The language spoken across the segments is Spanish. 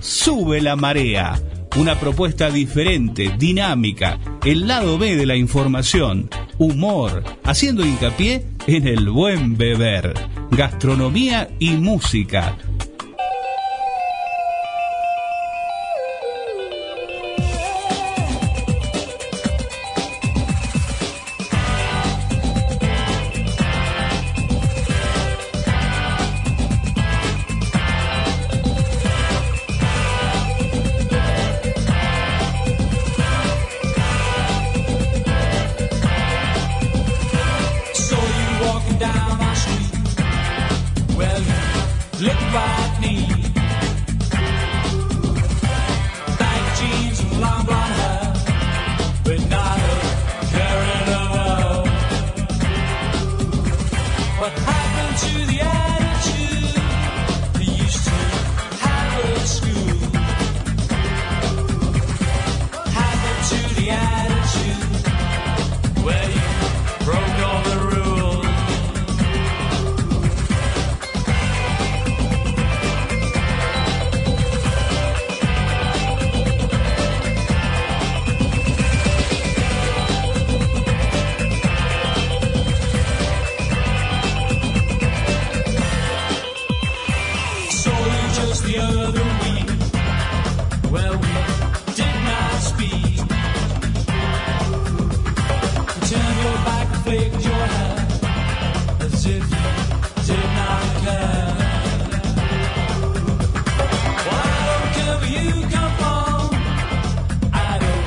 Sube la marea. Una propuesta diferente, dinámica, el lado B de la información, humor, haciendo hincapié en el buen beber, gastronomía y música. So you walking down my street. Well, you look right at me. Tight jeans and long blonde hair, but not a care in the world. What happened to the attitude we used to have at school? What happened to the attitude where you broke all the rules? Saw you just the other week. Well, we did not speak. You turned your back, flicked your hair, as if you did not care. Well, I don't care where you come from. I don't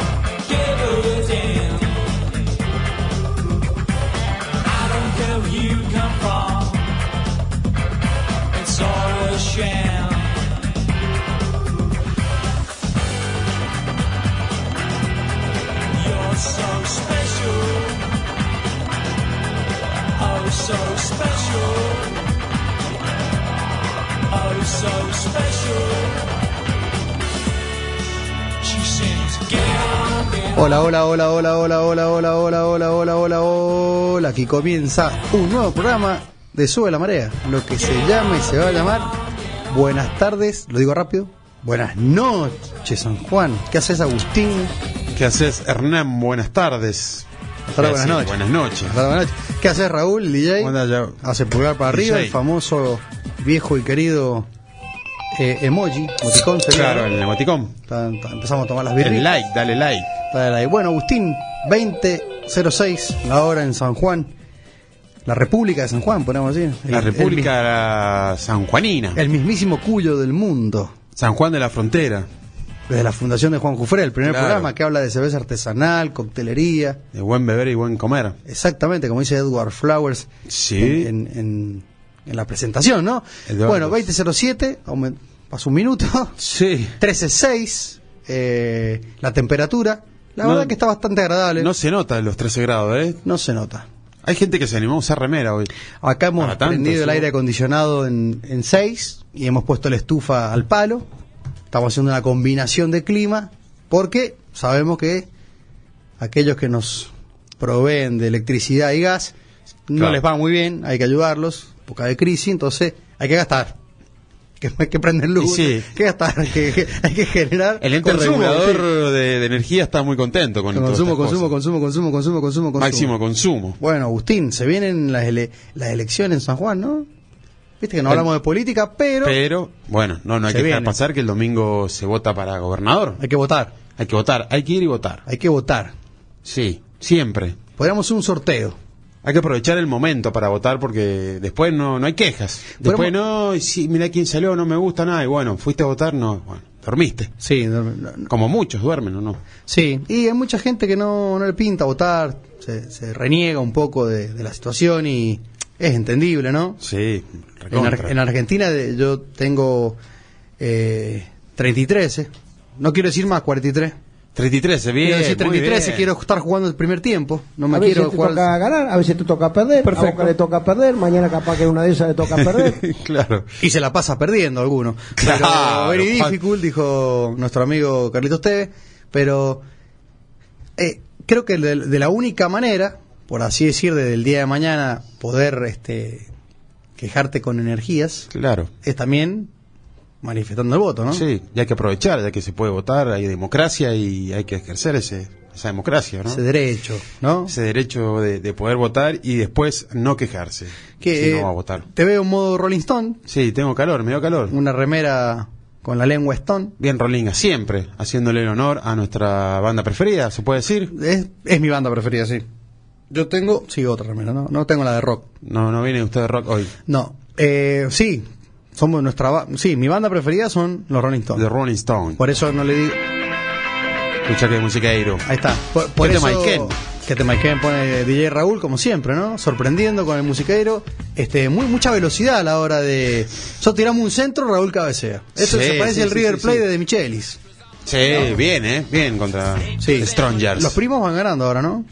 give a damn. I don't care where you come from. It's all a sham. You're so special. Oh, so special. Oh, so special. She sings, get on, get Hola, hola, hola, hola, hola, hola, hola, hola, hola, hola, hola, hola. Aquí comienza un nuevo programa de Sube la Marea. Lo que se llama y se va a llamar Buenas tardes, lo digo rápido. Buenas noches, San Juan. ¿Qué haces, Agustín? ¿Qué haces, Hernán? Buenas tardes. Hola, buenas Sí, noches. Buenas noches. Buenas tardes, buenas noches. ¿Qué haces, Raúl, DJ? ¿Cómo andás, Yao? Hace pulgar para arriba, DJ. el famoso viejo y querido eh, emoji, emoticón, sería, Claro, ¿no? el emoticón. Tan- tan- empezamos a tomar las birritas. El like, dale like. Dale ahí. Bueno, Agustín, 2006, la hora en San Juan. La República de San Juan, ponemos así. El- La el República Sanjuanina. mis- El, mismísimo Cuyo del mundo. San Juan de la Frontera. Desde la fundación de Juan Jufré, el primer Claro. programa que habla de cerveza artesanal, coctelería. De buen beber y buen comer. Exactamente, como dice Edward Flowers Sí. en, en- en- en la presentación, ¿no? Eduardo. Bueno, 2007, aumen- pasó un minuto. Sí. 13.6, eh, la temperatura. La No- verdad que está bastante agradable. No se nota los 13 grados, ¿eh? no se nota. Hay gente que se animó a usar remera hoy. Acá hemos Para tanto, prendido el sí. aire acondicionado en 6 y hemos puesto la estufa al palo. Estamos haciendo una combinación de clima porque sabemos que aquellos que nos proveen de electricidad y gas no Claro. les va muy bien, hay que ayudarlos, época de crisis, entonces hay que gastar. Que hay que prender luz, Y sí. hay que gastar, hay que, hay que generar El ente consumo, sí. regulador de, de energía está muy contento con todas consumo, estas consumo, cosas. consumo, consumo, consumo, consumo, consumo. Máximo consumo. Bueno, Agustín, se vienen las, ele- las elecciones en San Juan, ¿no? Viste que no El- hablamos de política, pero, Pero, bueno, no, no hay Se que dejar viene. pasar que el domingo se vota para gobernador. hay que votar, Hay que votar, hay que ir y votar. hay que votar. Sí, siempre. Podríamos hacer un sorteo. Hay que aprovechar el momento para votar porque después no, no hay quejas. Después no, y sí, mira quién salió, no me gusta nada. Y bueno, fuiste a votar, no, bueno, dormiste. Sí, no- no- no- Como muchos duermen, ¿o no? sí. Y hay mucha gente que no, no le pinta votar, se, se reniega un poco de, de la situación y es entendible, ¿no? Sí, En, recontra. Ar- en Argentina de- yo tengo eh, 33, ¿eh? No quiero decir más 43. 33, bien. quiero decir muy 33 y bien. quiero estar jugando el primer tiempo. No me a veces quiero te jugar. toca ganar, a veces te toca perder, a Boca le toca perder, mañana capaz que una de esas le toca perder. claro. Y se la pasa perdiendo alguno. Pero Claro, very Juan. difficult, dijo nuestro amigo Carlitos Tevez. Pero eh, creo que de, de la única manera, por así decir, desde el día de mañana, poder este, quejarte con energías, Claro. es también manifestando el voto, ¿no? Sí, y hay que aprovechar, ya que se puede votar, hay democracia y hay que ejercer ese, esa democracia, ¿no? Ese derecho, ¿no? Ese derecho de, de poder votar y después no quejarse Que, si eh, no va a votar. Te veo en modo Rolling Stone, Sí, tengo calor, me dio calor. una remera con la lengua Stone. Bien Rolinga, siempre haciéndole el honor a nuestra banda preferida, se puede decir. Es, es mi banda preferida, sí. Yo tengo, sí, otra remera, ¿no? No tengo la de rock. No, no viene usted de rock hoy. No, eh, sí, somos nuestra, ba- sí, mi banda preferida son los Rolling Stones. De Rolling Stone. Por eso no le digo, Escucha que musiqueiro. ahí está. Por, por Que te eso, maiquen. Que te maiquen, pone DJ Raúl, como siempre, ¿no? Sorprendiendo con el musiquero. Este, muy, mucha velocidad a la hora de. Yo tiramos un centro, Raúl cabecea. Eso Sí, se parece sí, al sí, River sí, Plate sí. de Michelis. Sí, bien, ¿eh? Bien contra Sí. Strongers. Los primos van ganando ahora, ¿no?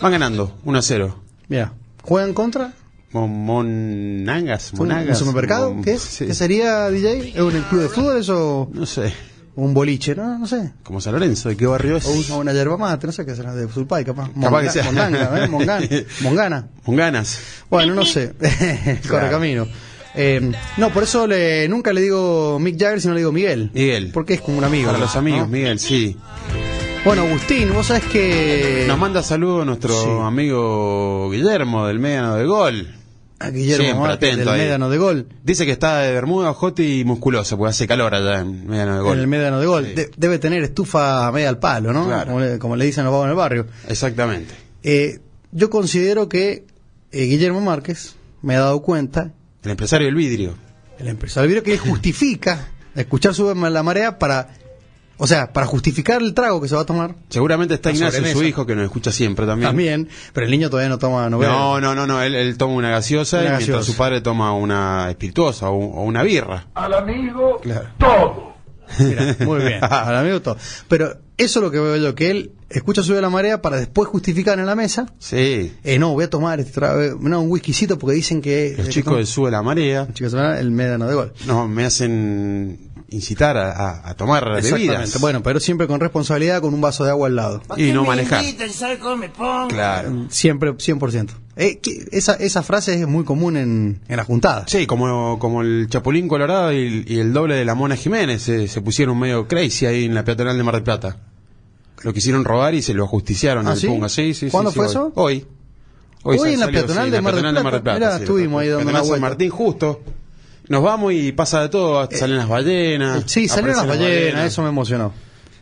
Van ganando, 1 a 0. Mira, ¿juegan contra? Mon- Monangas, ¿Un, monagas. un supermercado? mon- ¿Qué es? sí. ¿Qué sería, DJ? ¿Es un club de fútbol eso? No sé. ¿Un boliche? No, no sé. Como San Lorenzo, ¿de qué barrio es? O un- o una yerba mate, no sé qué será, de Sulpay, capaz. Capaz que sea. Mongana, ¿eh? Mongana, Mongana. Con ganas. Bueno, no sé. Corre camino. Eh, no, por eso le, nunca le digo Mick Jagger, sino le digo Miguel. Miguel. Porque es como un amigo. Para los Ah, ¿no? amigos, Miguel, sí. Bueno, Agustín, vos sabés que. Nos manda saludos nuestro Eh, sí. amigo Guillermo del Médano de Gol. a Guillermo Siempre Márquez, del atento ahí. Médano de Gol. Dice que está de Bermuda, Joti y musculoso, porque hace calor allá en Médano de Gol. En el Médano de Gol. Sí. De- debe tener estufa media al palo, ¿no? Claro. Como, le, como le dicen los vagos en el barrio. Exactamente. Eh, yo considero que eh, Guillermo Márquez me ha dado cuenta El empresario del vidrio. El empresario vieron que él justifica escuchar su la marea para, o sea, para justificar el trago que se va a tomar. Seguramente está La Ignacio, sobremesa. su hijo, que nos escucha siempre también. También, pero el niño todavía no toma novela. No, no, no, no. Él, él toma una gaseosa Una y mientras gaseosa. su padre toma una espirituosa o, o una birra. al amigo Claro. todo. Mira, muy bien. Ahora me gustó. Pero eso es lo que veo yo, que él escucha sube la marea para después justificar en la mesa. Sí. Eh, no, voy a tomar este trago, no, un whiskycito porque dicen que... Los chicos de Sube la Marea Los chicos de la marea, el médano de gol. no, me hacen incitar a, a- a tomar bebidas. Bueno, pero siempre con responsabilidad, con un vaso de agua al lado. y no manejar. Claro. Siempre, 100%. Eh, que- esa, esa frase es muy común en, en las juntadas. Sí, como, como el Chapulín Colorado y, y el doble de la Mona Jiménez eh, se pusieron medio crazy ahí en la peatonal de Mar del Plata. Lo quisieron robar y se lo justiciaron ¿Ah, al sí? Punga. Sí, sí, sí, ¿Cuándo sí, fue hoy. eso? Hoy. Hoy en la salió, peatonal sí, de la Mar del peatonal de Plata. Mirá, sí, estuvimos ahí dando peatonal una San vuelta. Martín justo. Nos vamos y pasa de todo, salen las ballenas. Sí, salieron las aparecen ballenas, eso me emocionó.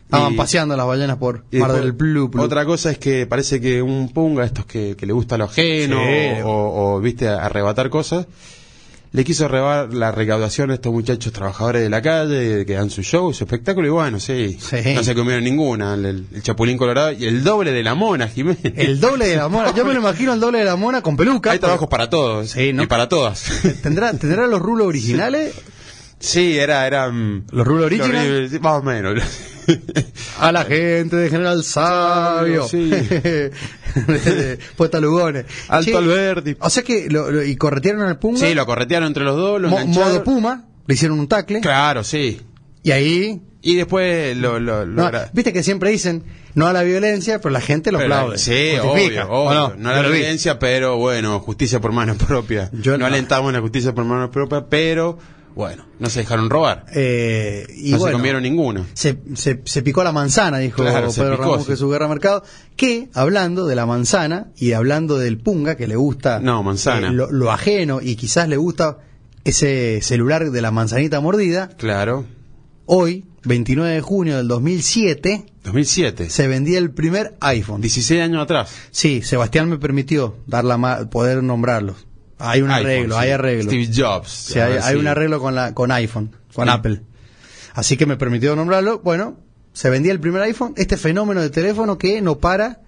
Estaban Y- paseando las ballenas por Y Mar después, del Plu, Plu. Otra cosa es que parece que un punga, estos que, que le gusta lo ajeno Sí. o, o, viste arrebatar cosas, le quiso arrebatar la recaudación a estos muchachos trabajadores de la calle que dan su show, su espectáculo y bueno, sí, Sí. no se comieron ninguna, el, el chapulín colorado y el doble de la mona, Jiménez. El doble de la mona. Yo me lo imagino el doble de la mona con peluca. Hay trabajos para todos Sí, ¿no? y para todas. ¿Tendrá, ¿Tendrá los rulos originales? sí, era, era mm, ¿Los Rulo Original? más o menos. A la gente de General Sabio. Sí. De- de Puerta Lugones. Alto Che, Alberti. O sea que lo, lo- y corretearon al Punga. Sí, lo corretearon entre los dos, lo mo- engancharon. modo Puma. Le hicieron un tacle. Claro, sí. Y ahí. Y después lo, lo, lo no, agra- Viste que siempre dicen no a la violencia, pero la gente lo Pero, aplaude. Sí, Justifica, obvio, ¿o obvio. no? No Yo la lo vi. violencia, pero bueno, justicia por mano propia. Yo no no. alentamos la justicia por mano propia, pero bueno, no se dejaron robar. Eh, y no se bueno, comieron ninguno. se, se- se picó la manzana, dijo Claro, se Pedro picó, Ramón sí. Jesús Guerra Mercado, que hablando de la manzana y hablando del punga que le gusta eh, No, manzana. lo, lo ajeno y quizás le gusta ese celular de la manzanita mordida, Claro. hoy, 29 de junio del 2007, 2007. se vendía el primer iPhone. 16 años atrás. Sí, Sebastián me permitió dar la ma- poder nombrarlos. Hay un iPhone, arreglo, sí. hay arreglo. Steve Jobs. Sí, hay, Ah, hay sí. un arreglo con, la, con iPhone, con Sí. Apple. Así que me permitió nombrarlo. Bueno, se vendía el primer iPhone, este fenómeno de teléfono que no para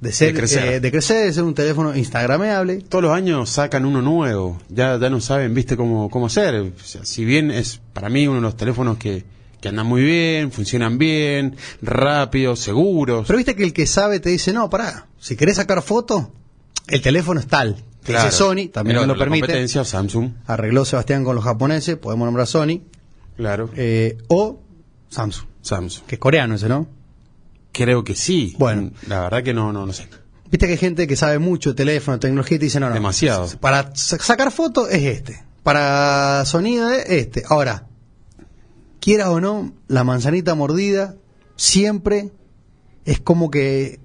de ser, eh, De de crecer. crecer, de, ser un teléfono instagrameable. Todos los años sacan uno nuevo. Ya, ya no saben, viste, cómo, cómo hacer. O sea, si bien es para mí uno de los teléfonos que, que andan muy bien, funcionan bien, rápidos, seguros. Pero viste que el que sabe te dice, no, pará, si querés sacar foto, el teléfono es tal. Ese Sony también Pero me lo la permite. competencia, Samsung. Arregló Sebastián con los japoneses, podemos nombrar Sony. Claro. eh, o Samsung, Samsung. que es coreano ese, ¿no? Creo que sí. Bueno. La verdad que no, no, no sé. Viste que hay gente que sabe mucho de teléfono, de tecnología y te dice, no, no. Demasiado. s- Para sa- sacar fotos es este. Para sonido es este. Ahora, quieras o no, la manzanita mordida siempre es como que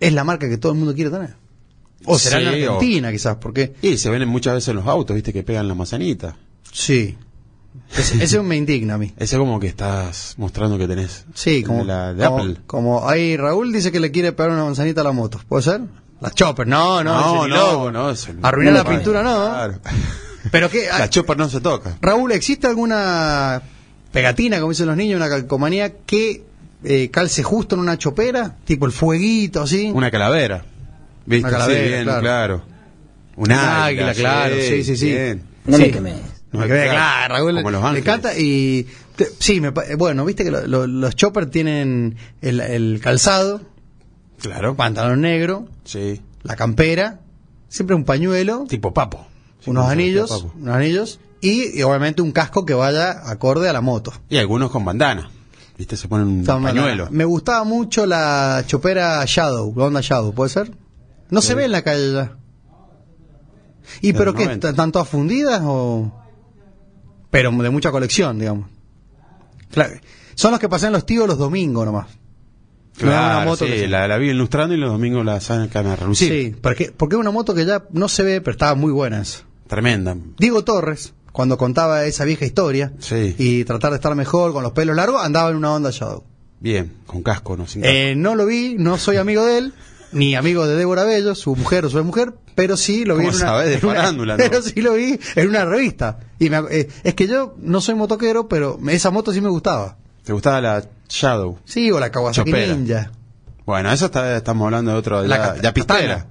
es la marca que todo el mundo quiere tener. O será Sí, en o- Argentina, quizás, porque Y se ven muchas veces en los autos, viste, que pegan la manzanita. sí. Ese, ese me indigna a mí. Ese como que estás mostrando que tenés. Sí, de como, la de como, Apple. como ahí Raúl dice que le quiere pegar una manzanita a la moto. ¿Puede ser? Las choppers. No, no, ese ni loco. eso ni- Arruinar la Claro. pintura, no. ¿eh? Claro. Pero qué, ah, La chopper no se toca. Raúl, ¿existe alguna pegatina, como dicen los niños, una calcomanía que eh, calce justo en una chopera? Tipo el fueguito, así. Una calavera. ¿Viste? Una calavera, sí, bien, claro. claro. Un Una águila, claro. Sí, sí, sí. bien. No Sí. me quemé. No me quedé claro, Raúl. Como los me ángeles. encanta y te- sí, me pa- eh, bueno, viste que lo- lo- los choppers tienen el, el calzado, Claro. pantalón negro, Sí. la campera, siempre un pañuelo, Tipo papo. Sí, unos como anillos, tipo papo. unos anillos y, y obviamente un casco que vaya acorde a la moto. Y algunos con bandana. ¿Viste? Se ponen un Estaba mal. pañuelo. Me gustaba mucho la chopera Shadow, la onda Shadow, ¿puede ser? No se ve en la calle ya. ¿Y Del pero qué? 90. ¿Están todas fundidas o...? Pero de mucha colección, digamos. Claro. Son los que pasan los tíos los domingos nomás. Claro, Una moto sí, que- la, la vi ilustrando y los domingos la sacan a Sí, relucir. porque, porque es una moto que ya no se ve, pero estaba muy buena esa. Tremenda. Diego Torres, cuando contaba esa vieja historia Sí. y tratar de estar mejor con los pelos largos, andaba en una onda Shadow. Bien, con casco, no sin casco. Eh, no lo vi, no soy amigo de él, ni amigo de Débora Bello, su mujer o su mujer, pero sí lo vi ¿Cómo en una, sabés de en una- farándula, no? pero sí lo vi en una revista. Y me ac- eh, es que yo no soy motoquero, pero me- esa moto sí me gustaba. ¿Te gustaba la Shadow? Sí, o la Kawasaki Chopera. Ninja. Bueno, eso está, estamos hablando de otro, de La la, cat- la pistera. katana.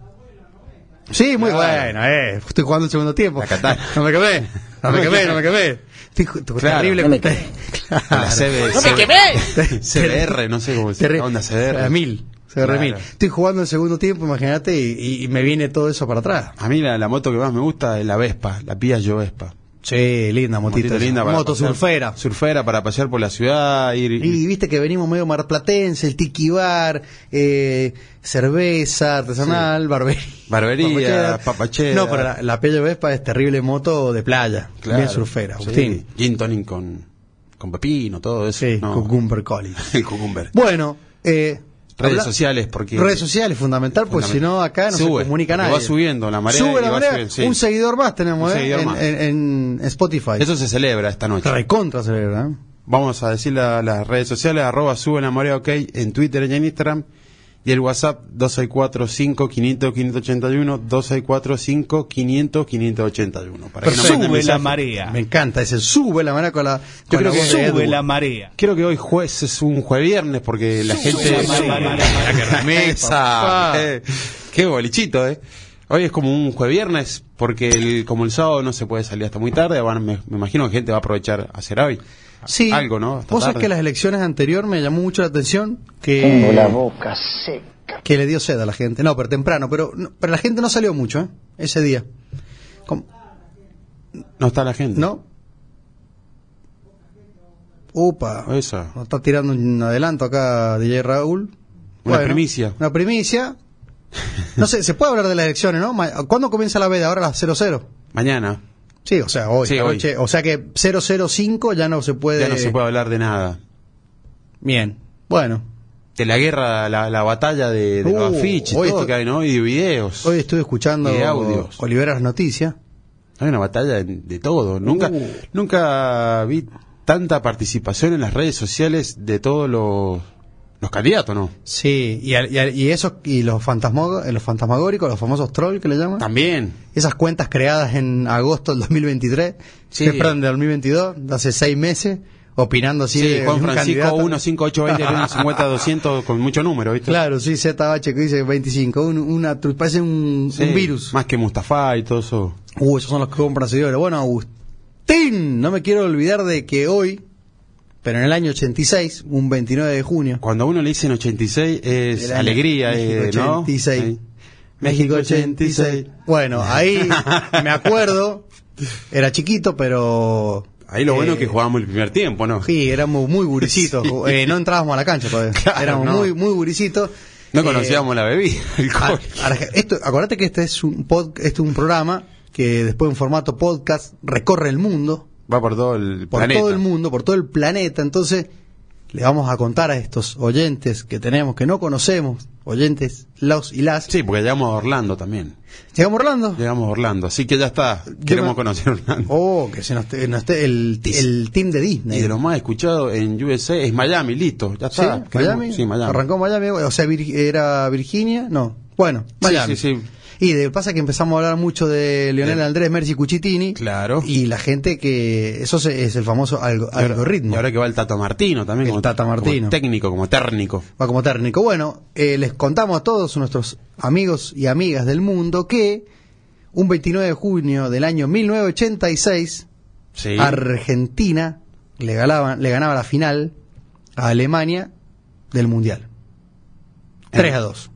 Sí, muy Claro. bueno, eh. Estoy jugando el segundo tiempo. Ah. La katana. No me quemé, no me quemé, no me quemé. Estoy ju- estoy Claro. terrible. No me con- quemé. Claro. La CB, ¡No me quemé! CBR, no sé cómo se Terri- llama. Onda CBR. A mil. CR mil. Claro. Estoy jugando el segundo tiempo, imagínate, y- y- y me viene todo eso para atrás. A mí la, la moto que más me gusta es la Vespa, la Piaggio Vespa. Sí, linda motita. Motito esa. linda para Moto pasear- surfera. Surfera para pasear por la ciudad, ir, Y viste que venimos medio marplatense, el tiquibar, eh, cerveza artesanal, barbería. Barbería, papachera. papachera. No, pero la, la Pello Vespa es terrible moto de playa, Claro. bien surfera, Agustín. Sí, Gin tonic con, con pepino, todo eso. Sí, no. Cucumber Collins. El cucumber. Bueno, eh, Redes habla- sociales, porque- Redes sociales, fundamental, porque si no acá no Sube, se comunica porque nadie. va subiendo la marea Sube y la va marea, subiendo, sí. un seguidor más tenemos Un eh, seguidor en, más. en- en Spotify. Eso se celebra esta noche. recontra celebra, ¿eh? Vamos a decir la- las redes sociales, arroba sube la marea ok en Twitter y en Instagram. Y el WhatsApp 264-500-581, 264-500-581. Para que nos manden Sube la mensajes. marea. Me encanta ese sube la marea con la. Yo con creo la que voz de Sube Edward. la marea. Creo que hoy jueves es un jueves viernes porque la gente... la marea. Ah, Mira qué remesa. Papá. Eh, qué bolichito, eh. Hoy es como un jueves viernes porque el, como el sábado no se puede salir hasta muy tarde. van- me, me imagino que gente va a aprovechar a hacer hoy Sí. algo, ¿no? Hasta Vos sabés tarde. que las elecciones anteriores me llamó mucho la atención Tengo la que, boca seca. que le dio sed a la gente. No, pero temprano. Pero, no- pero la gente no salió mucho, ¿eh? Ese día. Como- No está la gente. ¿No? Upa. Esa. Nos está tirando un adelanto acá DJ Raúl. Una primicia. Una primicia. No sé, se puede hablar de las elecciones, ¿no? Ma- ¿Cuándo comienza la veda? Ahora a las 00. Mañana. Sí, o sea, hoy. Sí, esta hoy. noche. O sea que 005 ya no se puede. Ya no se puede hablar de nada. Bien. Bueno, De la guerra, la, la batalla de, de los Uh, afiches, hoy todo estoy- que hay, ¿no? Y de videos. hoy estuve escuchando Y de audios. Olivera las noticias. Hay una batalla de, de todo. Nunca, Uh. nunca vi tanta participación en las redes sociales de todos los, los candidatos, ¿no? Sí, y, al- y, al- y esos y los fantasmog- los fantasmagóricos, los famosos troll que le llaman. También. Esas cuentas creadas en agosto del 2023, Sí. que fueron del 2022, de hace seis meses, opinando así Sí, de Juan un Francisco candidato. 15820 150 200 con mucho número, ¿viste? Claro, sí, ZH que dice 25, un- una, tru- parece un, Sí, un virus. Más que Mustafa y todo eso. Uh, esos son los que compran seguidores. Bueno, Agustín, no me quiero olvidar de que hoy, pero en el año 86, un 29 de junio, Cuando a uno le dicen 86 es Del año alegría, eh, México ¿no? 86. Sí. México 86. Bueno, ahí me acuerdo, era chiquito, pero... Ahí lo bueno es que eh, jugábamos el primer tiempo, ¿no? Sí, éramos muy buricitos. Sí. eh, no entrábamos a la cancha todavía. Claro, éramos no. muy, muy buricitos. No Eh, conocíamos la bebida, a- alcohol. a la ge- esto, acordate que este es un pod, este es un programa que después en formato podcast recorre el mundo. Va por todo el por planeta. todo el mundo, por todo el planeta. Entonces, le vamos a contar a estos oyentes que tenemos, que no conocemos, oyentes, los y las. Sí, porque llegamos a Orlando también. ¿Llegamos a Orlando? Llegamos a Orlando, así que ya está. Yo Queremos me- conocer Orlando. Oh, eh. que se nos esté, nos esté el, el team de Disney. Y de los más escuchados en USA es Miami, listo, ya Sí, está. Queremos- Miami. Sí, Miami. Arrancó Miami, o sea, Vir- era Virginia, no. Bueno, Sí, Miami. sí, sí. Y de pasa que empezamos a hablar mucho de Leonel Eh. Andrés Merci Cuchitini. Claro. Y la gente que. Eso se- es el famoso algo- algoritmo. Y ahora que va el Tata Martino también. El como, Tata como Martino. técnico, como técnico. Va como técnico. Bueno, eh, les contamos a todos nuestros amigos y amigas del mundo que un 29 de junio del año 1986, Sí. Argentina le, galaba- le ganaba la final a Alemania del Mundial. 3 a 2.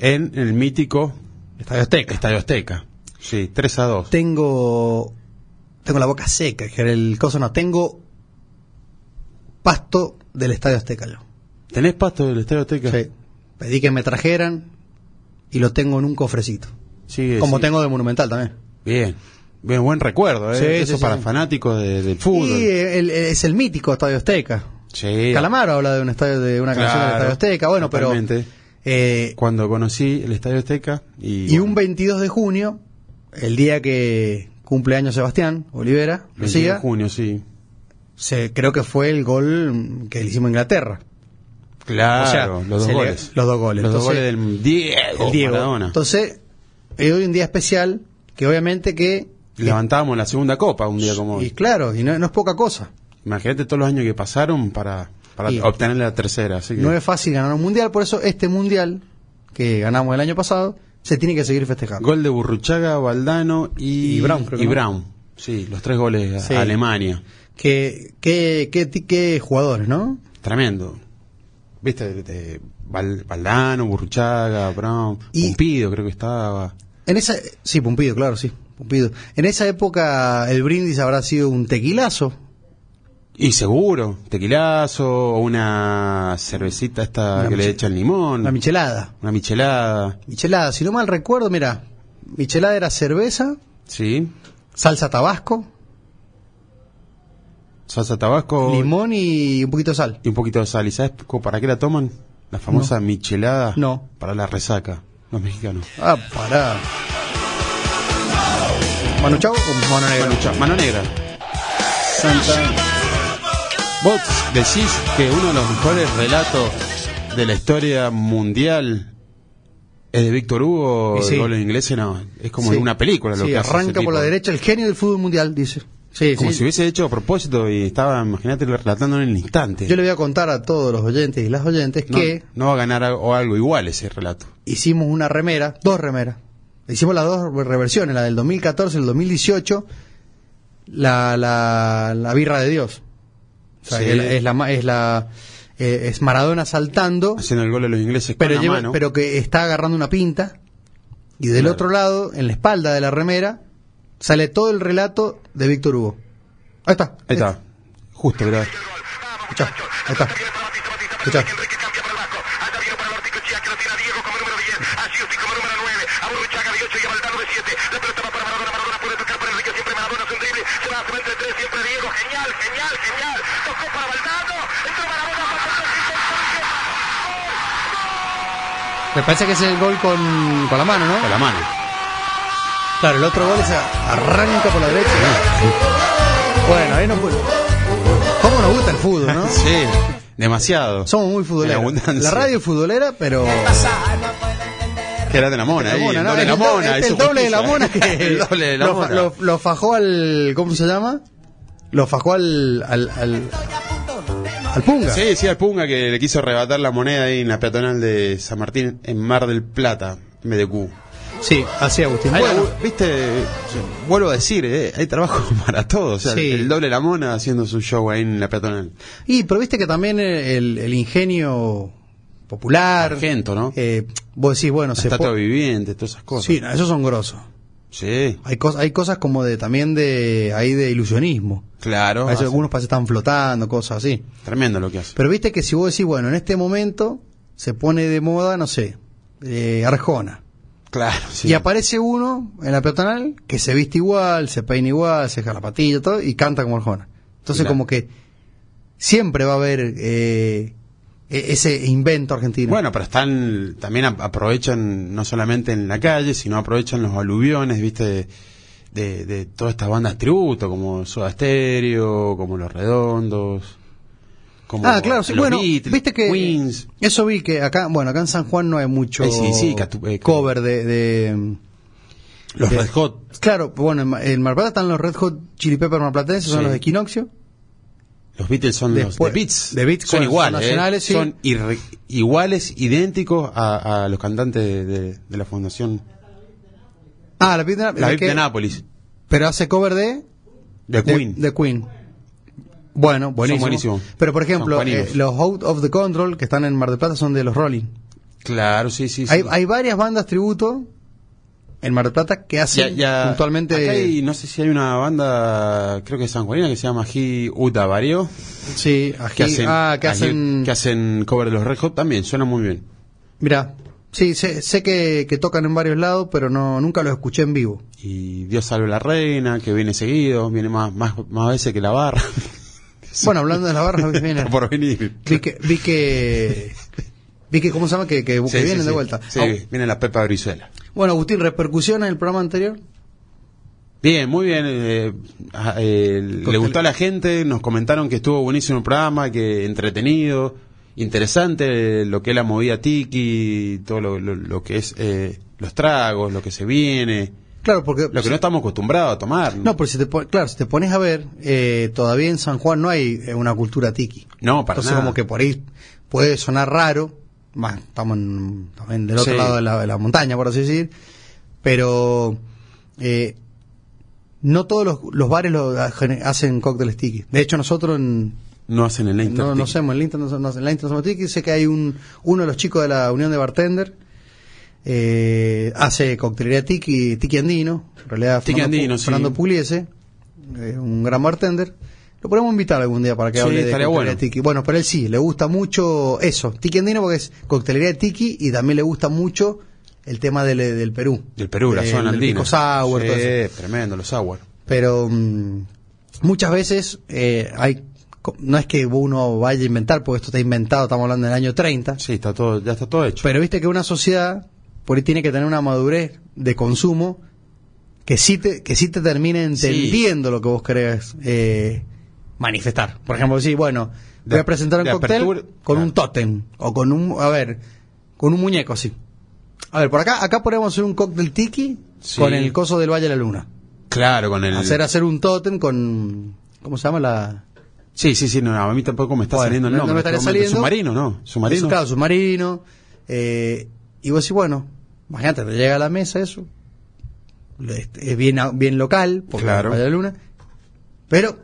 en el mítico Estadio Azteca. Estadio Azteca. Sí, 3 a 2. Tengo. Tengo la boca seca, que era el coso no. Tengo pasto del Estadio Azteca yo. ¿Tenés pasto del Estadio Azteca? Sí. Pedí que me trajeran y lo tengo en un cofrecito. Sigue, Como sigue. tengo de Monumental también. Bien. Bien, buen recuerdo, ¿eh? Sí, Eso sí, para sí. fanáticos de- del fútbol. Y eh, el- eh, es el mítico Estadio Azteca. Sí. Calamaro habla de un estadio de una canción del Claro, Estadio Azteca. Bueno, totalmente. pero. eh, Cuando conocí el Estadio Azteca y... y un 22 de junio, el día que cumple años Sebastián Olivera, 21 de Lucía, junio, sí. se, creo que fue el gol que le hicimos a Inglaterra. Claro, O sea, los dos se le- goles. los dos goles. Los dos Entonces, goles del Diego, El Diego. Oh, Maradona. Entonces, es hoy un día especial que obviamente que... Levantábamos la segunda copa un día como Y hoy. claro, y no, no es poca cosa. Imagínate todos los años que pasaron para, para Y- obtener la tercera. Así que, No es fácil ganar un mundial, por eso este mundial que ganamos el año pasado se tiene que seguir festejando. Gol de Burruchaga, Valdano y, Y Brown, creo que y no. Brown. Sí, los tres goles a- Sí. a Alemania. Que qué, qué, ti- qué jugadores, ¿no? Tremendo. Viste, de- Val- Valdano, Burruchaga, Brown, Y- Pumpido creo que estaba. En esa sí, Pumpido, claro, sí, Pumpido. En esa época el brindis habrá sido un tequilazo, Y seguro, tequilazo, o una cervecita esta Una que le miche- echa el limón, la michelada. una michelada, Michelada, si no mal recuerdo, mira, michelada era cerveza, sí, salsa tabasco, salsa tabasco limón y un poquito de sal. y un poquito de sal. ¿Y sabes co- para qué la toman? La famosa michelada No. para la resaca, los mexicanos. Ah, pará. Manu Chao o Mano Negra. Manu Chao, Mano negra. Eh, Santa. Vos decís que uno de los mejores relatos de la historia mundial es de Víctor Hugo, Y sí. el gol en inglés, no, es como Sí. en una película lo Sí, que hace ese arranca por tipo. la derecha el genio del fútbol mundial, dice. Sí, Como sí. si hubiese hecho a propósito y estaba, imagínate, lo relatando en el instante. Yo le voy a contar a todos los oyentes y las oyentes no, que no va a ganar algo, algo igual ese relato. hicimos una remera, dos remeras. Hicimos las dos reversiones, la del 2014 y el 2018, la, la, la birra de Dios. O sea, Sí. que la- es la, ma- es la eh, es Maradona saltando, Haciendo el gol a los ingleses pero, con la lleva- mano. pero que está agarrando una pinta. Y del Claro. otro lado, en la espalda de la remera, sale todo el relato de Víctor Hugo. Ahí está. Ahí está. Justo, ¿verdad? Escuchá, ahí está. Escuchá. Me parece que ese es el gol con, con la mano, ¿no? Con la mano. Claro, el otro gol es a- arranca por la derecha. Bueno, ahí no puedo. ¿Cómo nos gusta el fútbol, no? Sí, demasiado. Somos muy En futboleros. abundancia. La radio es futbolera, pero. Que era de la mona, La ahí, mona, el ¿no? doble Es de la el do- mona. es eso el este doble de la justicia. mona que. El doble de la lo, fa- mona. Lo, lo fajó al. ¿Cómo se llama? Lo fajó al. al, al, al Punga. Sí, sí, al Punga que le quiso arrebatar la moneda ahí en la peatonal de San Martín en Mar del Plata, en vez de Q. Sí, así Agustín. Ahí, Bueno, vu- viste, vuelvo a decir, eh, hay trabajo para todos. O sea, Sí. el doble de la mona haciendo su show ahí en la peatonal. y pero viste que también el, el ingenio popular. Argento, ¿no? eh, vos decís, bueno, La se. estatua po- viviente, todas esas cosas. Sí, no, esos son grosos. Sí, Hay, cos- hay cosas como de también de ahí de ilusionismo. claro. A veces hace- algunos pases están flotando, cosas así. Tremendo lo que hace. Pero viste que si vos decís, bueno, en este momento se pone de moda, no sé, eh, Arjona. Claro, sí. Y aparece uno en la peatonal que se viste igual, se peina igual, se deja la patilla, todo, y canta como Arjona. Entonces, Claro. como que siempre va a haber eh, e- ese invento argentino. Bueno, pero están también ap- aprovechan no solamente en la calle, sino aprovechan los aluviones, viste, de, de- de todas estas bandas tributo, como Soda Stereo, como Los Redondos, como ah, claro, sí, los bueno, Beatles, viste que. Queens. Eso vi que acá, bueno, acá en San Juan no hay mucho Eh, sí, sí, Catu- eh, cover de. de- Los de- Red Hot. Claro, bueno, en Ma- en Mar Plata están los Red Hot Chili Pepper marplatenses, son Sí. los de Equinoccio. Los Beatles son Después- los The Beats. The Beats, son bueno, iguales. son eh, nacionales, sí. Son irre- iguales, idénticos a, a los cantantes de, de- de la fundación Ah, la Beat de, Nap- La la Beat que- de Nápoles, Pero hace cover de de- de Queen. De, Queen. Bueno, buenísimo. buenísimos. Pero por Son ejemplo, juaninos. eh, los Out of the Control que están en Mar del Plata son de los Rolling. Claro, sí, sí. sí. Hay, hay varias bandas tributo en Mar del Plata que Ya- hacen ya- puntualmente. acá hay- no sé si hay una banda, creo que es sanjuanina, que se llama He Uta Vario. Sí, ají- Que hacen, ah, que hacen. que hacen cover de los Red Hot también, suena muy bien. Mirá, sí, sé, sé que, que tocan en varios lados, pero no nunca los escuché en vivo. Y Dios salve a la reina, que viene seguido, viene más, más, más veces que la barra. Bueno, hablando de las barras, viene- Está por venir. vi que. Vi que Vi que, ¿cómo se llama? Que, que, que Sí, sí, vienen de sí. vuelta. Sí, Au- viene la Pepa Brizuela. Bueno, Agustín, ¿repercusiones en el programa anterior? Bien, muy bien. eh, a- eh, le gustó a la gente, nos comentaron que estuvo buenísimo el programa, que entretenido, interesante eh, lo que es la movida tiki, todo lo, lo- lo que es eh, los tragos, lo que se viene, Claro, porque. lo que no estamos acostumbrados a tomar. No, pero si te, pon- claro, si te pones a ver, eh, todavía en San Juan no hay eh, una cultura tiki. No, para Entonces, nada. como que por ahí puede sonar raro, más estamos en- también del otro Sí. lado de la, de la montaña, por así decir, pero eh, no todos los, los bares lo hacen- hacen cócteles tiki. De hecho, nosotros en, No hacen el Inter no, no Tiki. somos, en la Inter no somos- no- en la Inter no somos tiki. Sé que hay un, uno de los chicos de la Unión de Bartender, eh, hace coctelería tiki, tiki andino, en realidad Tiki Fernando, Pu- andino, sí. Fernando Pugliese, eh, un gran bartender. Lo podemos invitar algún día para que Sí, hable de estaría coctelería bueno. tiki. Bueno, pero él sí, le gusta mucho eso, tiki andino porque es coctelería tiki y también le gusta mucho el tema del, del Perú. Del Perú, la Eh, zona del andina. pico sour, Sí, todo eso tremendo, los sour. pero mm, muchas veces eh, hay co- no es que uno vaya a inventar, porque esto está inventado, estamos hablando del año 30, Sí, está todo, ya está todo hecho. pero viste que una sociedad por ahí tiene que tener una madurez de consumo que sí te, que sí te termine Sí. entendiendo lo que vos querés eh, manifestar. Por ejemplo, decir, bueno, voy De- a presentar un de cóctel apertura, con claro. un tótem o con un, a ver, con un muñeco así. A ver, por acá, acá podemos hacer un cóctel tiki Sí. con el coso del Valle de la Luna claro, con el... hacer hacer un tótem con cómo se llama la Sí, sí, sí, no, a mí tampoco me está Bueno, saliendo el no- nombre. no me en este estaría momento. saliendo. Submarino, ¿no? Submarino. Eso, claro, submarino eh, y vos decís bueno imagínate te llega a la mesa eso lo- este, es bien a- bien local porque Claro. para la luna pero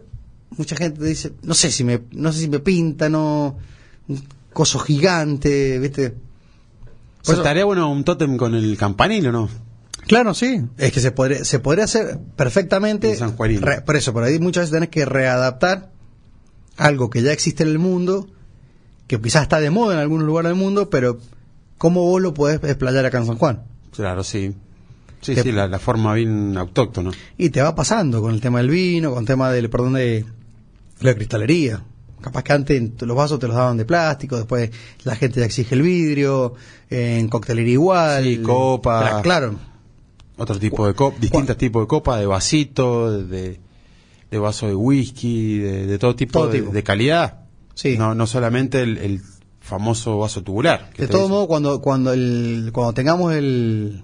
mucha gente te dice no sé si me no sé si me pinta no un coso gigante viste O Por sea, eso- estaría bueno un tótem con el campanilo, ¿no? Claro, sí. Es que se podría, se podría hacer perfectamente. En San Juanín. Re- por eso, por ahí muchas veces tenés que readaptar algo que ya existe en el mundo, que quizás está de moda en algún lugar del mundo, pero ¿cómo vos lo podés desplayar acá en San Juan? Claro, sí. Sí, Te- sí, la, la forma bien autóctona. Y te va pasando con el tema del vino, con el tema del, perdón, de la cristalería. Capaz que antes los vasos te los daban de plástico, después la gente ya exige el vidrio, en coctelería igual. Sí, copa. Cla- Claro. Otro tipo de copa, distintos tipos de copas, de vasito, de, de vaso de whisky, de, de todo tipo, Todo de, tipo. de calidad. Sí. No, no solamente el, el famoso vaso tubular. que De te todo dicen. modo, cuando cuando el cuando tengamos el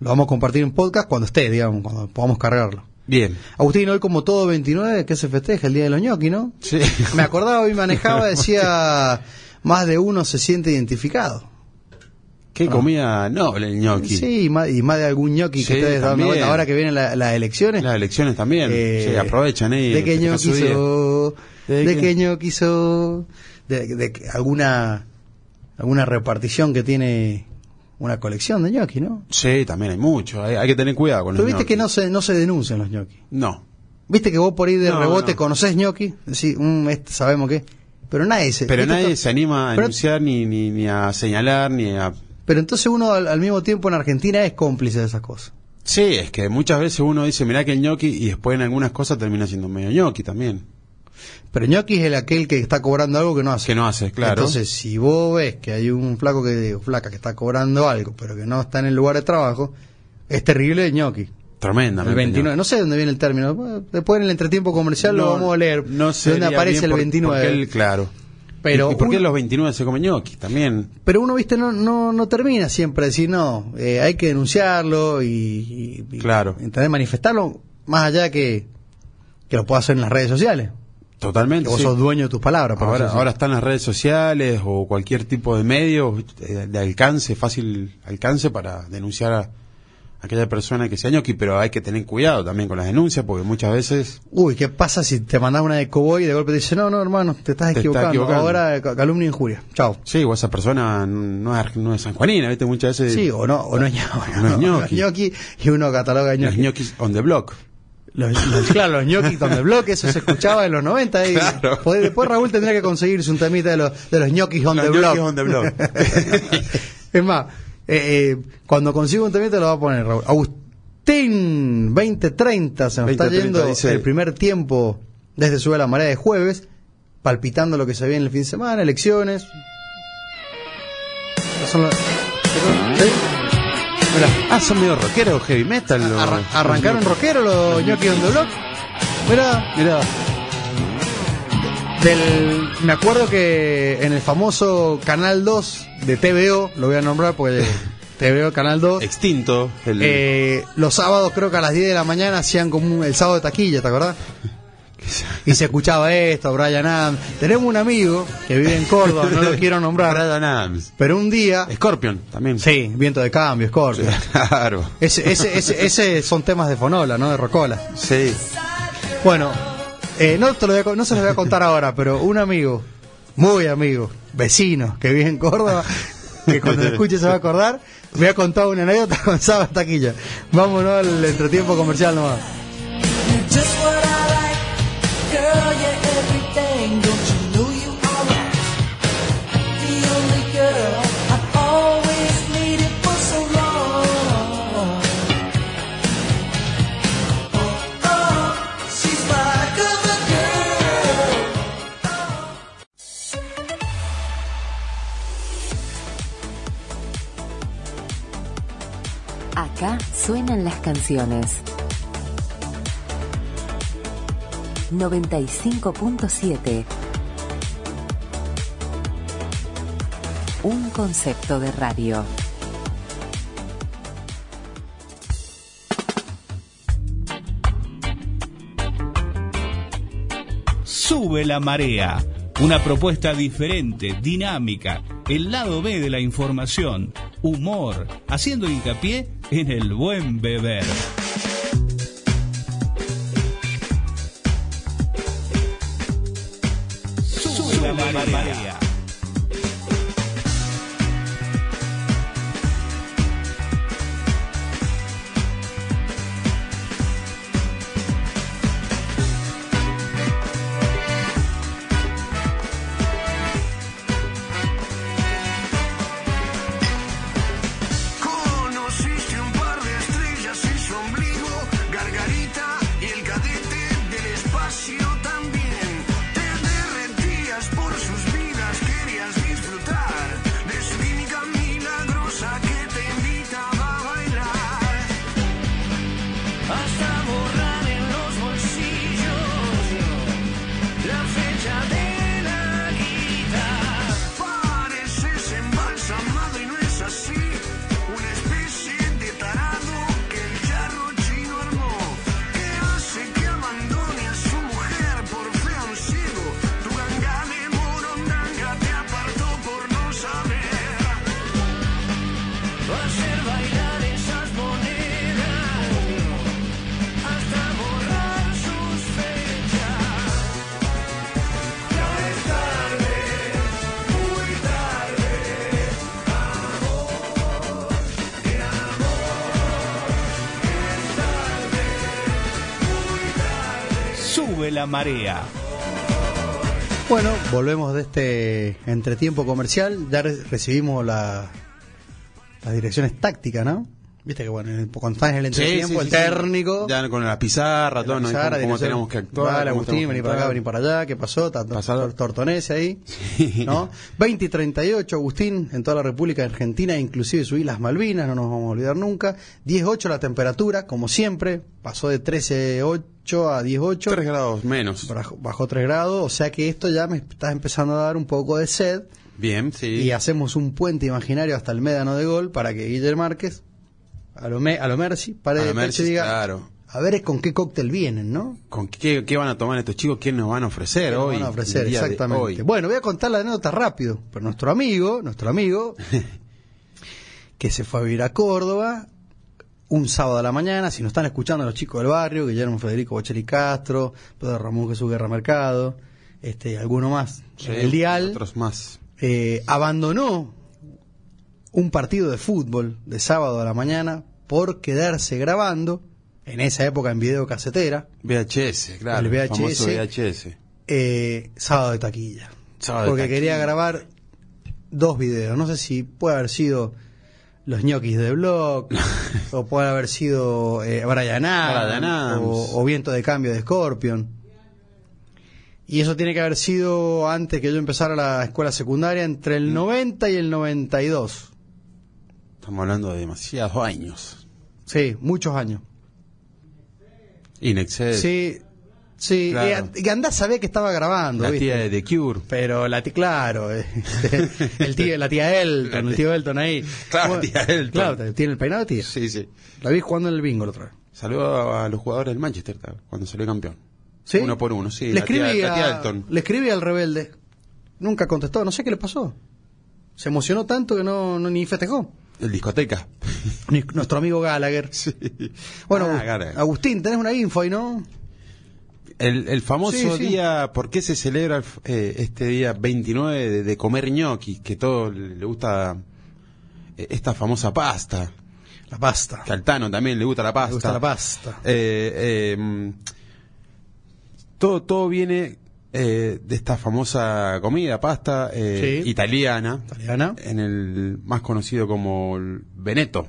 lo vamos a compartir en podcast cuando esté, digamos, cuando podamos cargarlo. Bien. Agustín, hoy como todo 29, que se festeja el día de los ñoqui, ¿no? Sí. Me acordaba hoy manejaba decía más de uno se siente identificado. Qué comida noble el ñoqui. Sí, y más, y más de algún ñoqui Sí, que ustedes dan también. vuelta ahora que vienen la- las elecciones. Las elecciones también. Eh, sí, aprovechan ahí. De que festejan ñoqui su día. so, De de que- que ñoqui so, de, de que alguna alguna repartición que tiene una colección de ñoqui, ¿no? Sí, también hay mucho. Hay, hay que tener cuidado con Pero los viste que no ñoquis. se, no se denuncian los ñoquis. No. Viste que vos por ahí de No, rebote no. conocés ñoqui, decís, "Mm, este sabemos qué. Pero nadie se. Pero ¿viste nadie esto? se anima a Pero- denunciar, ni, ni, ni a señalar, ni a Pero entonces uno al, al mismo tiempo en Argentina es cómplice de esas cosas. Sí, es que muchas veces uno dice, mirá que el ñoqui, y después en algunas cosas termina siendo medio ñoqui también. Pero ñoqui es el aquel que está cobrando algo que no hace. Que no hace, claro. Entonces, si vos ves que hay un flaco que o flaca que está cobrando algo, pero que no está en el lugar de trabajo, es terrible el ñoqui. Tremendamente. El 29, ñoqui. no sé dónde viene el término. Bueno, Después en el entretiempo comercial lo vamos a leer. No sé. dónde aparece el 29. claro. Pero ¿Y, y por qué uno- los 29 se comen ñoqui? También. Pero uno, viste, no, no, no termina siempre de decir no, eh, hay que denunciarlo y, y- y- Claro. ¿entendés? manifestarlo más allá que, que lo puedas hacer en las redes sociales. Que Totalmente. vos sí. sos dueño de tus palabras. por Ahora, así ahora están las redes sociales o cualquier tipo de medio eh, de alcance, fácil alcance para denunciar a aquella persona que sea ñoqui, pero hay que tener cuidado también con las denuncias porque muchas veces... decirlo. Uy, ¿qué pasa si te mandás una de cowboy y de golpe te dice, no, no, hermano, te estás Te está equivocando. equivocando. Ahora eh, ca- calumnia e injuria. Chao. Sí, o esa persona no es, ar- no es sanjuanina, ¿viste? Muchas veces... Sí, o no, o no es ña- o No es ñoqui. no es ñoqui y uno cataloga de Los ñoqui. ñoquis on the block. Los- los- claro, los ñoquis donde bloque, eso se escuchaba en los 90. Y Claro. Después- después Raúl tendría que conseguirse un temita de los, de los ñoquis on Los the ñoquis block. on the block. es más, eh, eh, cuando consigo un temita lo va a poner Raúl. Agustín 2030, se nos está 20:30 yendo dice- el primer tiempo desde Sube la Marea de jueves, palpitando lo que se ve en el fin de semana, elecciones. Esas son las- ¿Sí? Mirá, Ah, son medio rockeros, heavy metal. los- arra- arrancaron los rockero los ñoquis on the block. Mirá. ñoquis. Mirá, Del, me acuerdo que en el famoso Canal 2 de TVO, lo voy a nombrar porque TVO Canal 2, extinto. El, eh, los sábados creo que a las 10 de la mañana hacían como un- el sábado de taquilla, ¿te acordás? Y se escuchaba esto, Brian Adams. Tenemos un amigo que vive en Córdoba, no lo quiero nombrar, Bryan Adams. pero un día... Scorpion también. Sí, viento de cambio, Scorpio. Claro. Ese, ese, ese, ese son temas de Fonola, ¿no? De Rocola. Sí. Bueno, eh, no, te lo voy a co- no se los voy a contar ahora, pero un amigo, muy amigo, vecino, que vive en Córdoba, que cuando lo escuche se va a acordar, me ha contado una anécdota con Saba Taquilla. Vámonos al entretiempo comercial nomás. Just what I like, girl, you're everything. Don't you know you are right? The only girl I've always needed for so long. Oh, oh, she's my cover girl. Acá suenan las canciones. 95.7 Un concepto de radio. Sube la marea. Una propuesta diferente, dinámica, el lado B de la información, humor, haciendo hincapié en el buen beber. Sube la marea. Conociste un par de estrellas y su ombligo, Gargarita y el cadete del espacio también. Te derretías por sus vidas, querías disfrutar de su química milagrosa que te invitaba a bailar. Hasta borrar en los bolsillos la fecha de la guitarra. Pareces embalsamado y no es así. Una especie de tarado que el charro chino armó. Que hace que abandone a su mujer por fea un ciego. Tu ganga de morondanga te apartó por no saber. Hacer bailar esas monedas hasta borrar sus fechas. Ya es tarde. Muy tarde, amor, el amor es tarde, muy tarde. Sube la marea. Bueno, volvemos de este entretiempo comercial. Ya re- recibimos la, Las direcciones tácticas, ¿no? Viste que bueno, en el- cuando estás en el entretiempo, el sí, sí. técnico. Ya con la pizarra, todo, la ¿no? pizarra, Cómo- cómo dirección, tenemos que actuar. Vale, cómo Agustín, tenemos que vení para acá, entrar. vení para allá, ¿qué pasó? Tanto Pasado. tor- tortonese ahí. Sí. ¿no? 20 y 38, Agustín, en toda la República Argentina, inclusive subí las Malvinas, no nos vamos a olvidar nunca. 18 la temperatura, como siempre, pasó de 13.8 a 18. Tres grados menos. Bajó, bajó 3 grados, o sea que esto ya me está empezando a dar un poco de sed. Bien, sí. Y hacemos un puente imaginario hasta el médano de gol para que Guillermo Márquez, a lo, me- a lo Merci, pare A lo de pecho y Merci, diga, claro. a ver con qué cóctel vienen, ¿no? ¿Con qué, qué van a tomar estos chicos? ¿Qué nos van a ofrecer Que nos hoy? van a ofrecer, el día de exactamente. hoy? Bueno, voy a contar la anécdota rápido. Pero nuestro amigo, nuestro amigo, que se fue a vivir a Córdoba un sábado a la mañana, si nos están escuchando los chicos del barrio, Guillermo Federico Bocheri Castro, Pedro Ramón Jesús Guerra Mercado, este, alguno más, Sí, el Dial, Otros más. eh, abandonó un partido de fútbol de sábado a la mañana por quedarse grabando, en esa época en videocasetera, VHS, claro. El VHS. famoso VHS. eh, sábado de taquilla. Sábado de porque taquilla. quería grabar dos videos. No sé si puede haber sido los ñoquis de blog, o puede haber sido eh, Brian Adams, Brian Adams. O, o Viento de Cambio de Scorpion. Y eso tiene que haber sido antes que yo empezara la escuela secundaria, entre Mm. el 90 y el 92. Estamos hablando de demasiados años. Sí, muchos años. Inexced. Sí, sí. eh, Claro. Y, andá a saber que estaba grabando, La ¿viste? tía de The Cure. Pero la tía, claro, eh, el tío, la tía Elton, el tío Elton ahí. Claro, Bueno, tía Elton. Claro, tiene el peinado, tía. Sí, sí. La vi jugando en el bingo la otra vez. Saludo a los jugadores del Manchester tal, cuando salió campeón. ¿Sí? Uno por uno, sí. Le la tía- escribí, la tía a- Elton. le escribí al rebelde. Nunca contestó, no sé qué le pasó. Se emocionó tanto que no, no- ni festejó. El discoteca. Ni- Nuestro amigo Gallagher. Sí. Bueno, Ah, Agust- cara. Agustín, tenés una info ahí, ¿no? El, el famoso Sí, sí. día, ¿por qué se celebra el f- eh, este día 29 de, de comer ñoqui? Que todo le le gusta eh, esta famosa pasta. La pasta. Que al Tano también le gusta la pasta. Me gusta la pasta. Eh, eh, mm, todo, todo viene eh, de esta famosa comida, pasta eh, Sí. italiana, Italiana. en el más conocido como el Veneto.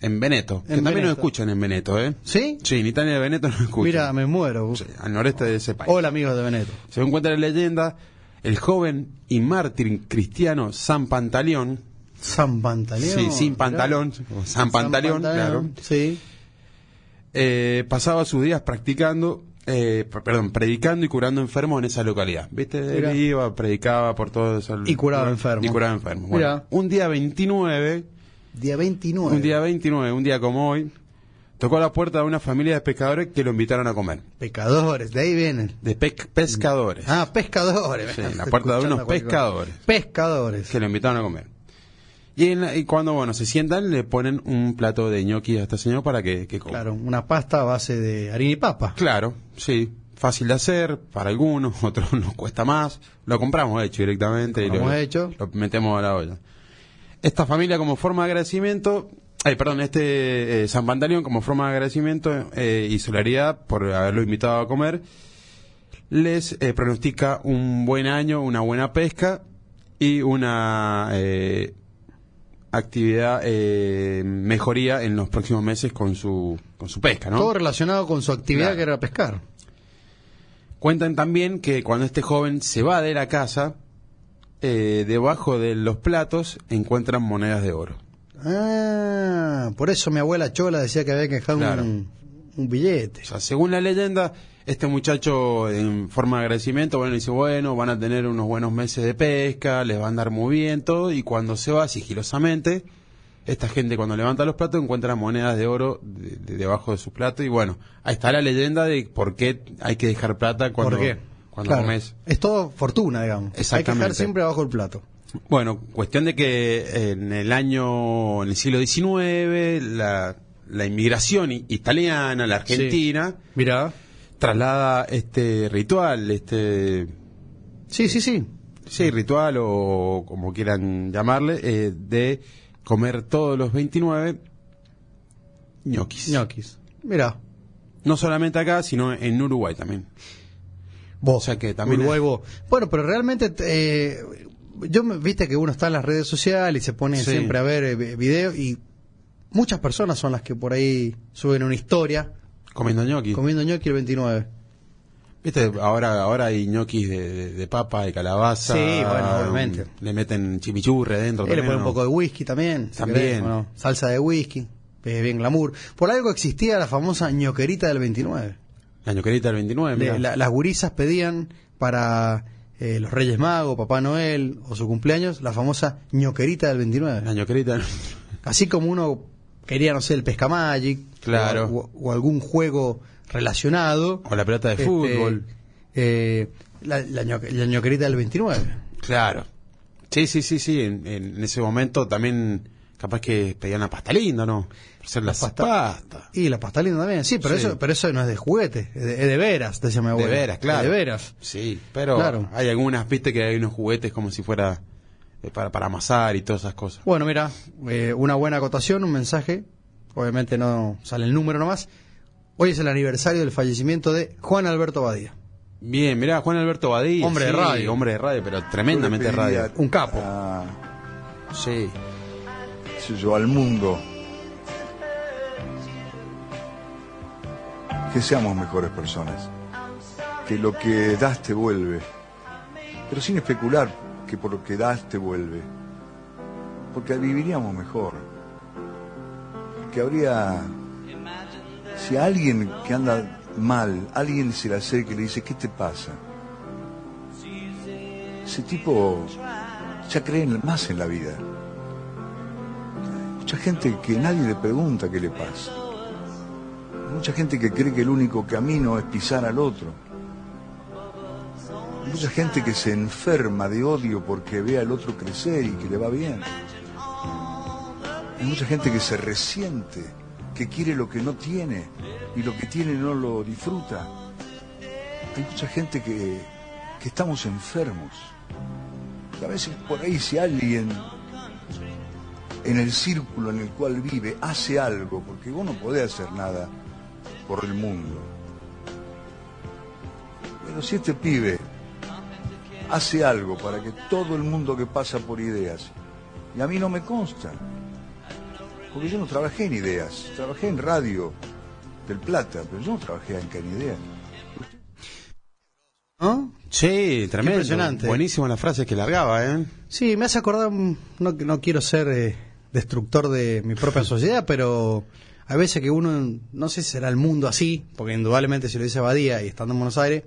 En Veneto. que En también nos Veneto. escuchan en Veneto, ¿eh? ¿Sí? Sí, en Italia de Veneto nos escuchan. Mira, me Oh. muero. Sí, al noreste de ese país. Hola, amigos de Veneto. Según cuenta la leyenda, el joven y mártir cristiano San Pantaleón, San Pantaleón. sí, sin mirá. pantalón, o San Pantaleón, claro, Sí. eh, pasaba sus días practicando, eh, p- perdón, predicando y curando enfermos en esa localidad. ¿Viste? Él Mirá. iba, predicaba por todo eso. Y curaba enfermos. Y curaba enfermos. Bueno, Mirá. un día 29, Día 29. un día 29, un día como hoy, tocó a la puerta de una familia de pescadores que lo invitaron a comer. Pescadores, de ahí vienen. De pec- pescadores. Ah, pescadores. Sí, la puerta de unos Escuchando cualquier cosa. pescadores. Pescadores. que lo invitaron a comer. Y, en la- y cuando bueno se sientan le ponen un plato de ñoqui a este señor para que, que coma. Claro, una pasta a base de harina y papa. Claro, sí, fácil de hacer para algunos, otros nos cuesta más. Lo compramos hecho directamente y Compramos lo, hecho. lo metemos a la olla. Esta familia como forma de agradecimiento, ay, perdón, este eh, San Pantaleón como forma de agradecimiento eh, y solidaridad por haberlo invitado a comer, les eh, pronostica un buen año, una buena pesca y una eh, actividad eh, mejoría en los próximos meses con su con su pesca, ¿no? Todo relacionado con su actividad Claro. que era pescar. Cuentan también que cuando este joven se va de la casa, eh, debajo de los platos encuentran monedas de oro. Ah, por eso mi abuela Chola decía que había que dejar un- Claro. un, billete. O sea, según la leyenda, este muchacho en forma de agradecimiento, bueno, dice, bueno, van a tener unos buenos meses de pesca, les va a andar muy bien, todo, y cuando se va sigilosamente, esta gente cuando levanta los platos encuentra monedas de oro de- de- debajo de su plato, y bueno, ahí está la leyenda de por qué hay que dejar plata cuando, ¿Por qué? cuando Claro. comes. Es todo fortuna, digamos. Hay que dejar Exactamente. siempre abajo el plato. Bueno, cuestión de que eh, en el año, en el siglo XIX, la, la inmigración i- italiana, la Argentina, Mirá. traslada este ritual, este, Sí, sí, sí. Mm. sí, ritual o como quieran llamarle, eh, de comer todos los 29 ñoquis. Ñoquis. Mirá. No solamente acá, sino en Uruguay también. Vos. O sea que también Uruguay, vos. Bueno, pero realmente eh, yo me- viste que uno está en las redes sociales y se pone Sí. siempre a ver eh, videos y muchas personas son las que por ahí suben una historia Comiendo ñoqui. comiendo ñoqui el 29. Viste, ahora, ahora hay ñoquis de, de- de papa, de calabaza. Sí, bueno, obviamente. mm, Le meten chimichurri dentro. Eh, le también, ponen un ¿no? poco de whisky también. si También. querés, ¿o no? Salsa de whisky, eh, bien glamour. Por algo existía la famosa ñoquerita del 29. La ñoquerita del 29, Le- Ah, mirá. la- las gurisas pedían para eh, los Reyes Magos, Papá Noel o su cumpleaños la famosa ñoquerita del 29. La ñoquerita del- Así como uno quería, no sé, el Pescamagic Claro. o, o algún juego relacionado. O la pelota de Este, fútbol. eh, la, la ñoque- la ñoquerita del 29. Claro. Sí, sí, sí, sí. En, en- en ese momento también capaz que pedían la pasta linda, ¿no? Por ser las pasta- Ah, pasta. Y la pastelina también, sí, pero Sí. eso pero eso no es de juguete, es de, es de veras, decía mi De abuela. veras, claro. De veras. Sí, pero Claro. hay algunas, viste, que hay unos juguetes como si fuera eh, para, para amasar y todas esas cosas. Bueno, mira, eh, una buena acotación, un mensaje. Obviamente no sale el número nomás. Hoy es el aniversario del fallecimiento de Juan Alberto Badía. Bien, mirá, Juan Alberto Badí. Hombre de sí, radio. Hombre de radio, pero tremendamente de Yo le pediría- radio. Un capo. a, Sí. qué sé yo, Ah, al mundo que seamos mejores personas, que lo que das te vuelve, pero sin especular que por lo que das te vuelve, porque viviríamos mejor, que habría, si a alguien que anda mal, alguien se le acerca y le dice, ¿qué te pasa? Ese tipo ya cree en- más en la vida. Mucha gente que nadie le pregunta qué le pasa. Mucha gente que cree que el único camino es pisar al otro. Mucha gente que se enferma de odio porque ve al otro crecer y que le va bien. Hay mucha gente que se resiente, que quiere lo que no tiene y lo que tiene no lo disfruta. Hay mucha gente que, que estamos enfermos. Y a veces por ahí si alguien en el círculo en el cual vive hace algo, porque vos no podés hacer nada por el mundo. Pero si este pibe hace algo para que todo el mundo que pasa por ideas, y a mí no me consta, porque yo no trabajé en ideas, trabajé en radio del Plata, pero yo no trabajé en en ideas. ¿No? Sí, tremendo. Impresionante. Buenísima la frase que largaba, ¿eh? Sí, me hace acordar, mm, no, no quiero ser eh, destructor de mi propia sociedad, pero hay veces que uno, no sé si será el mundo así, porque indudablemente si lo dice Badía y estando en Buenos Aires,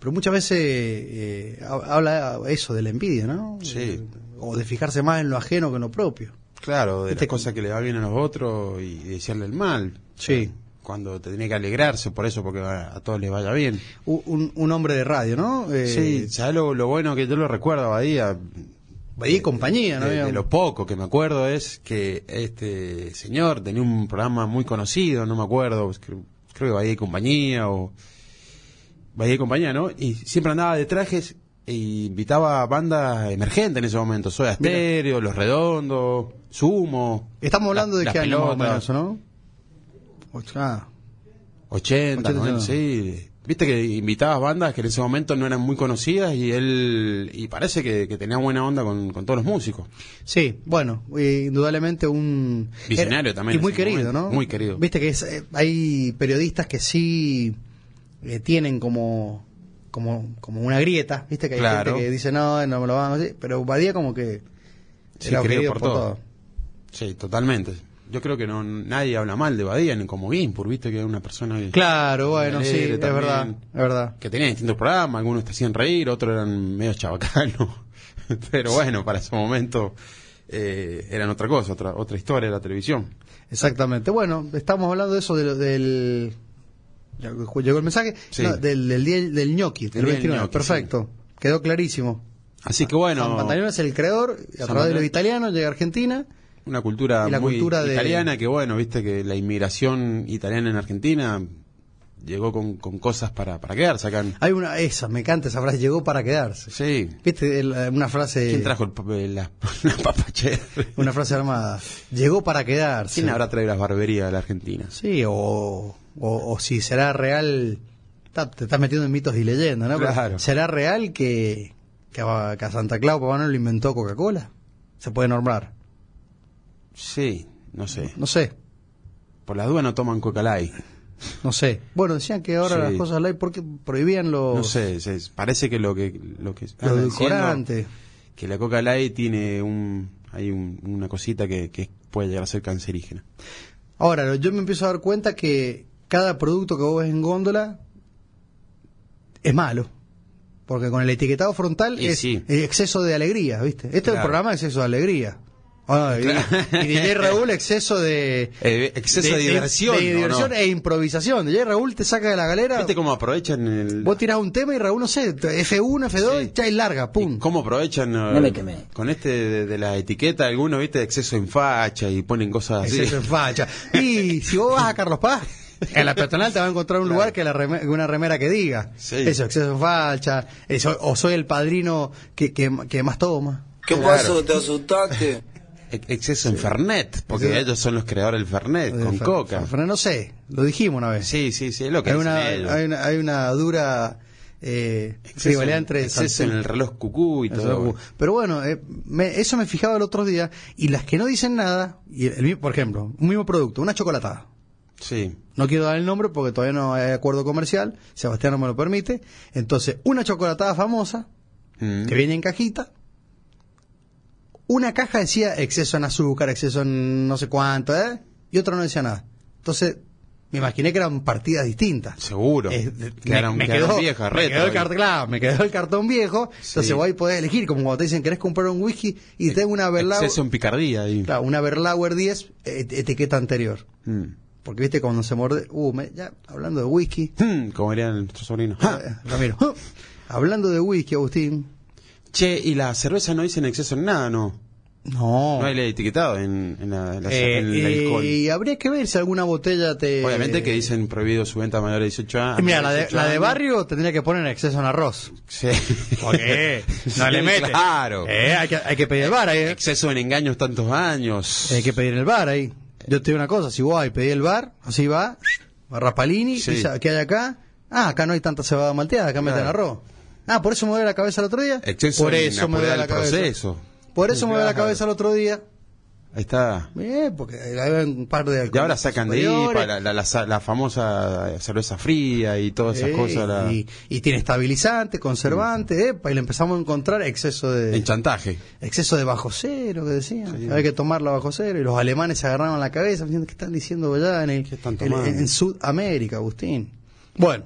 pero muchas veces eh, ha- habla eso de la envidia, ¿no? Sí. O de fijarse más en lo ajeno que en lo propio. Claro, de Viste las cosas que le va bien a los otros y decirle el mal. Sí. Cuando te tiene que alegrarse por eso, porque a, a todos les vaya bien. U- Un, un hombre de radio, ¿no? Eh, sí, ¿sabes lo, lo bueno que yo lo recuerdo a Badía? Badía y compañía, ¿no? De, de Digamos. lo poco que me acuerdo es que este señor tenía un programa muy conocido, no me acuerdo, pues, creo, creo que Bahía y Compañía o Bahía y Compañía, ¿no? Y siempre andaba de trajes e invitaba a bandas emergentes en ese momento, Soda Mira. Stereo, Los Redondos, Sumo. Estamos hablando la- de las qué año más o pelotas. menos, ¿no? Ah, 80, 80, 90, sí. Viste que invitabas bandas que en ese momento no eran muy conocidas y él y parece que, que tenía buena onda con, con todos los músicos. Sí, bueno, eh, indudablemente un... Visionario también Y en muy ese querido, momento, ¿no? muy querido. Viste que es, eh, hay periodistas que sí eh, tienen como, como como una grieta, viste que hay Claro. gente que dice, no, no me lo van a decir, pero Badía como que... Sí, era querido querido por todo. Sí, totalmente. Yo creo que no nadie habla mal de Badía ni como Gimpur, viste que era una persona que, Claro, Muy bueno, sí, alegre es también. verdad, es verdad. que tenía distintos programas, algunos te hacían reír, otros eran medio chabacanos. Pero bueno, para ese momento eh, eran otra cosa, otra otra historia de la televisión. Exactamente. Bueno, estamos hablando de eso, de lo- del... Llegó el mensaje Sí. No, del, del día del ñoqui, Del del día del 29. ñoqui, Perfecto, quedó clarísimo. Así que bueno, San Pantaleón es el creador, a San través de Pantaleón. los italianos, llega a Argentina. una cultura Y la muy cultura de- italiana que bueno viste que la inmigración italiana en Argentina llegó con, con cosas para para quedarse acá en- Hay una, esa, me encanta esa frase, llegó para quedarse. sí ¿Viste? El- eh, Una frase. quién trajo el, pa- eh, la, la papa cheddar? Una frase armada. Llegó para quedarse. quién habrá traído las barberías de la Argentina Sí, o, o, o si será real. ta- te estás metiendo en mitos y leyendas, ¿no? Pero Claro. Será real que, que a, que a Santa Claus Papá Noel lo inventó Coca-Cola. Se puede nombrar. Sí, no sé. No sé, Por las dudas no toman coca light. no sé. Bueno, decían que ahora Sí. las cosas light porque prohibían los, No sé, se- parece que lo que... Lo que los andan diciendo edulcorantes. Que la coca light tiene un... Hay un- una cosita que, que puede llegar a ser cancerígena. Ahora, lo- yo me empiezo a dar cuenta que cada producto que vos ves en góndola es malo. Porque con el etiquetado frontal Y es sí. eh, exceso de alegría, ¿viste? Este es Claro. un programa de exceso de alegría. Ah, y- y, DJ Raúl, exceso de. Eh, exceso de, diversión. De, ¿o diversión no? e improvisación. DJ Raúl te saca de la galera. ¿Viste cómo aprovechan el... Vos tirás un tema y Raúl, no sé, te- F1, F2, Sí. y ya es larga, ¿Y pum. ¿Cómo aprovechan eh, No me quemé. con este de, de la etiqueta algunos, viste, de exceso en facha y ponen cosas así? Exceso en facha. Y si vos vas a Carlos Paz, en la peatonal te va a encontrar un lugar que la reme- una remera que diga. Sí. Eso, exceso en facha. eso, o soy el padrino que, que, que más toma. ¿Qué pasó? ¿Te asustaste? Ex- exceso en Fernet, porque Sí. ellos son los creadores del Fernet, Eh, con Fer- coca. Fer- no sé, lo dijimos una vez. Sí, sí, sí, es lo que hay, dicen una, ellos. hay, una, hay una dura eh, Exceso rivalidad en- entre exceso en Santur- el reloj cucú y Eso todo. es algo- Pero bueno, eh, me- eso me fijaba el otro día. Y las que no dicen nada, y el- el mi- por ejemplo, un mismo producto, una chocolatada. Sí, No quiero dar el nombre porque todavía no hay acuerdo comercial, Sebastián no me lo permite. Entonces, una chocolatada famosa, Mm. que viene en cajita, una caja decía exceso en azúcar, exceso en no sé cuánto, ¿eh? y otra no decía nada. Entonces, me imaginé que eran partidas distintas. seguro. Es- me- quedaron me quedaron quedó- viejas, me retro, quedó el ahí. cartón, claro, me quedó el cartón viejo, Sí. entonces vos ahí podés elegir, como cuando te dicen, ¿querés comprar un whisky? Y tengo una Berlauer, Exceso en picardía. ahí. claro, una Berlauer 10 et- etiqueta anterior. Mm. Porque viste cuando se morde, uh, me- ya hablando de whisky, Mm, como diría nuestro sobrino. eh, Ja. Ramiro, ¡huh! hablando de whisky, Agustín, Che, y la cerveza no dicen exceso en nada, ¿no? no, No hay etiquetado en, en la, en la- Eh, en el alcohol. y habría que ver si alguna botella te, Obviamente que dicen prohibido su venta mayor de 18 años. Eh, Mira, la de, 18 la de años. barrio tendría que poner exceso en arroz. Sí. Porque Sí, no le mete. Claro. Eh, hay, que, hay que pedir el bar ahí. eh. Exceso en engaños tantos años. Hay Eh, que pedir el bar ahí. Yo te digo una cosa, si vos ahí pedí el bar, así va, Rapalini, Sí. pizza que hay acá. Ah, acá no hay tanta cebada malteada, acá meten Claro. arroz. Ah, por eso me duele la cabeza el otro día. Exceso por en eso me apurar duele la el cabeza. proceso. Por eso me duele la Claro. cabeza el otro día. Ahí está. Eh, porque hay un par de Y ahora sacan de superiores. IPA la, la, la sa- la famosa cerveza fría y todas esas Eh, cosas. la- y, y tiene estabilizante, conservante, epa, y le empezamos a encontrar exceso de En chantaje. exceso de bajo cero, que decían. que Había que tomarla bajo cero. Y los alemanes se agarraron la cabeza diciendo, ¿qué están diciendo allá en, el- ¿Qué están en, tomando? en- en Sudamérica, Agustín? Bueno,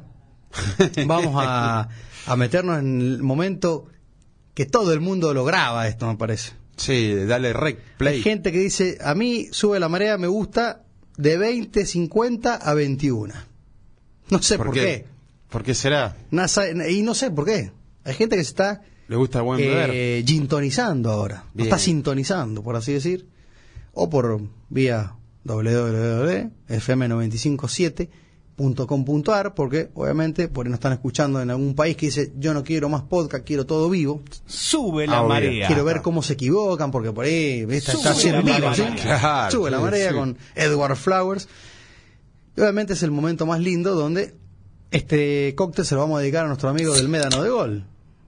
vamos a, a meternos en el momento que todo el mundo lo graba esto, me parece. Sí, dale rec, Hay play. gente que dice, a mí sube la marea, me gusta de 20, 50 a 21. No sé por, qué. ¿Por qué será? NASA- y no sé por qué. Hay gente que se está ¿Le gusta buen beber? eh, gintonizando ahora. No Bien. está sintonizando, por así decir. O por vía www.fm957.com.ar, porque obviamente por ahí nos están escuchando en algún país que dice: Yo no quiero más podcast, quiero todo vivo. Sube la Ah, obvio. marea. Quiero ver cómo se equivocan, porque por ahí ¿viste? Sube está haciendo la vivo, ¿sí? marea. Claro, Sube la sí, marea sí. con Edward Flowers. Y obviamente es el momento más lindo donde este cóctel se lo vamos a dedicar a nuestro amigo del Médano de Gol,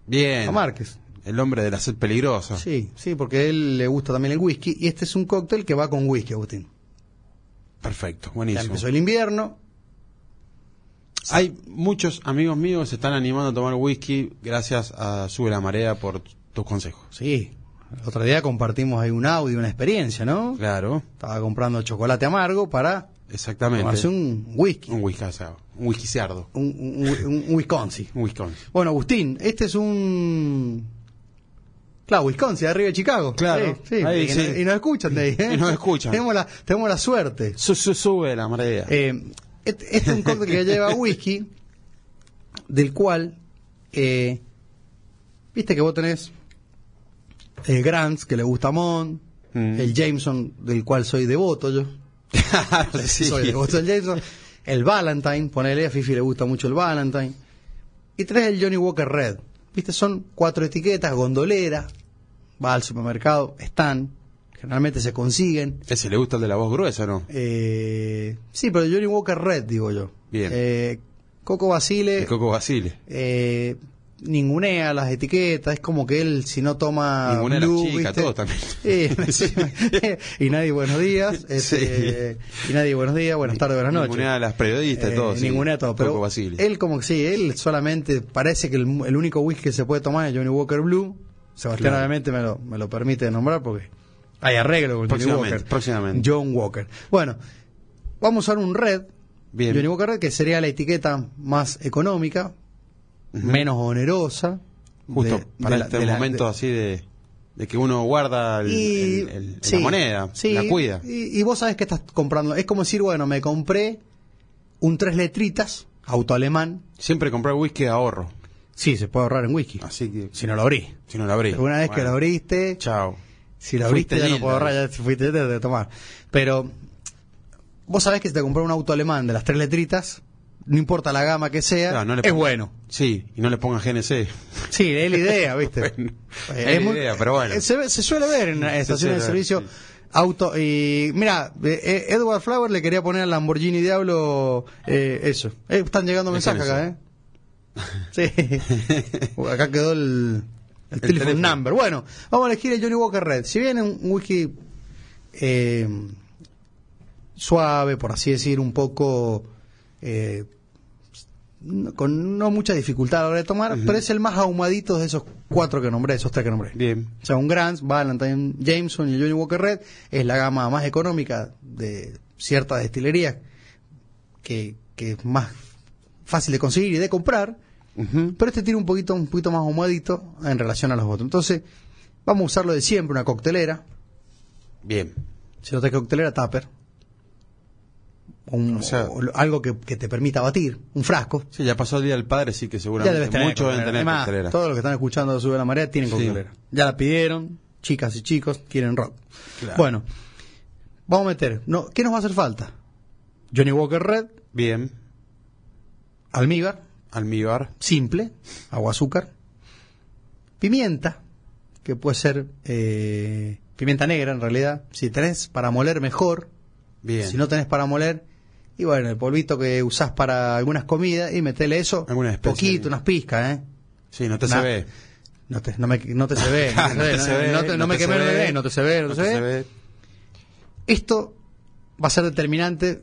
Bien. a Márquez. El hombre de la sed peligrosa. Sí, sí, porque a él le gusta también el whisky. Y este es un cóctel que va con whisky, Agustín. Perfecto, Ya buenísimo. empezó el invierno. Hay muchos amigos míos que se están animando a tomar whisky gracias a Sube la Marea por t- tus consejos. Sí, el otro día compartimos ahí un audio, una experiencia, ¿no? Claro, Este. Estaba comprando chocolate amargo para exactamente. tomarse Un, un whisky, un, whisky asado, un whisky cerdo, un, un- un Wisconsin. un Wisconsin. Bueno, Agustín, este es un... Claro, Wisconsin, arriba de Chicago. Claro. Sí, sí, Ahí, y, sí. y nos escuchan de ahí. ¿eh? Y nos escuchan. Tenemos la, tenemos la suerte. Su- su- sube la marea. Eh, este, este es un cóctel que lleva whisky, del cual, eh, viste que vos tenés el Grants, que le gusta Mon, Mm. el Jameson, del cual soy devoto yo, Claro, sí. soy devoto del Jameson, el Valentine, ponele, a Fifi le gusta mucho el Valentine, y tenés el Johnny Walker Red, viste, son cuatro etiquetas, gondolera, va al supermercado, están, generalmente se consiguen, Ese le gusta el de la voz gruesa, ¿no? eh, sí, pero Johnny Walker Red, digo yo. Bien. Eh, Coco El Basile. Coco Basile. eh, ningunea las etiquetas, es como que él si no toma Ningunea a las blue, chicas, ¿viste? todos también. Sí, encima. y nadie buenos días, este, y nadie buenos días, buenas tardes, buenas noches. Ninguna de las periodistas, Eh, todo. sí. Ninguna de todos, pero Coco Basile. él como que sí, él solamente parece que el, el único whisky que se puede tomar es Johnny Walker Blue. Sebastián Claro. obviamente me lo, me lo permite nombrar porque hay arreglo con Johnny Próximamente, Walker. próximamente. John Walker. Bueno, vamos a usar un red, Bien. Johnny Walker Red, que sería la etiqueta más económica, menos onerosa. Justo de- para de la- este de la- momento de- así de, de que uno guarda el- y- el- el- sí, la moneda, sí, la cuida. Y, y vos sabés que estás comprando. Es como decir, bueno, me compré un tres letritas, auto alemán. Siempre comprar whisky ahorro. Sí, se puede ahorrar en whisky. Así que Si no lo abrí. si no lo abrí. Una vez que Ah, Bueno, lo abriste, Chao. si lo abriste Fuiste ya no lindo. puedo ahorrar, ya fuiste de, de tomar. Pero vos sabés que si te compró un auto alemán de las tres letritas, no importa la gama que sea, Claro, no le es pongas- bueno. Sí, y no le ponga GNC. Sí, es la idea, ¿viste? Bueno, Eh, es la idea, pero bueno. eh, Se, ve- se suele ver en Se estaciones de suele ver, servicio sí. auto. Y mira, eh, eh, Edward Flower le quería poner al Lamborghini Diablo eh, eso. Eh, están llegando mensajes Déjenme acá, ¿eh? Sí. Uy, acá quedó el, el, El telephone teléfono. number. Bueno, vamos a elegir el Johnny Walker Red. Si bien es un whisky eh, suave, por así decir, un poco. eh, no- con no mucha dificultad a la hora de tomar, pero es el más ahumadito de esos cuatro que nombré, esos tres que nombré. Bien. O sea, un Grants, Valentine Jameson y el Johnny Walker Red es la gama más económica de ciertas destilerías que, que es más fácil de conseguir y de comprar, Ujú. pero este tiene un poquito, un poquito más ahumadito en relación a los otros. Entonces, vamos a usarlo de siempre, una coctelera, Bien. si no te coctelera, tupper. O un- O sea- o lo- algo que, que te permita batir, un frasco. Sí, ya pasó el día del padre, sí que Ya seguramente debes tener muchos deben coctelera. tener Además, coctelera. todos los que están escuchando de Sube la Marea tienen Sí. coctelera. Ya la pidieron, chicas y chicos quieren rock. Claro. Bueno, vamos a meter. No, ¿Qué nos va a hacer falta? Johnny Walker Red, Bien. almíbar, Almíbar. simple, agua azúcar, pimienta, que puede ser eh, pimienta negra en realidad. Si tenés para moler mejor, Bien. si no tenés para moler, y bueno, el polvito que usás para algunas comidas, y metele eso, Alguna especie. poquito, unas pizcas, ¿eh. sí, no te Nah. se ve. No te, no, me, no te se ve. No te se ve, No te- no no me te se quemé el ve, bebé, no te se ve, no te se ve. Esto va a ser determinante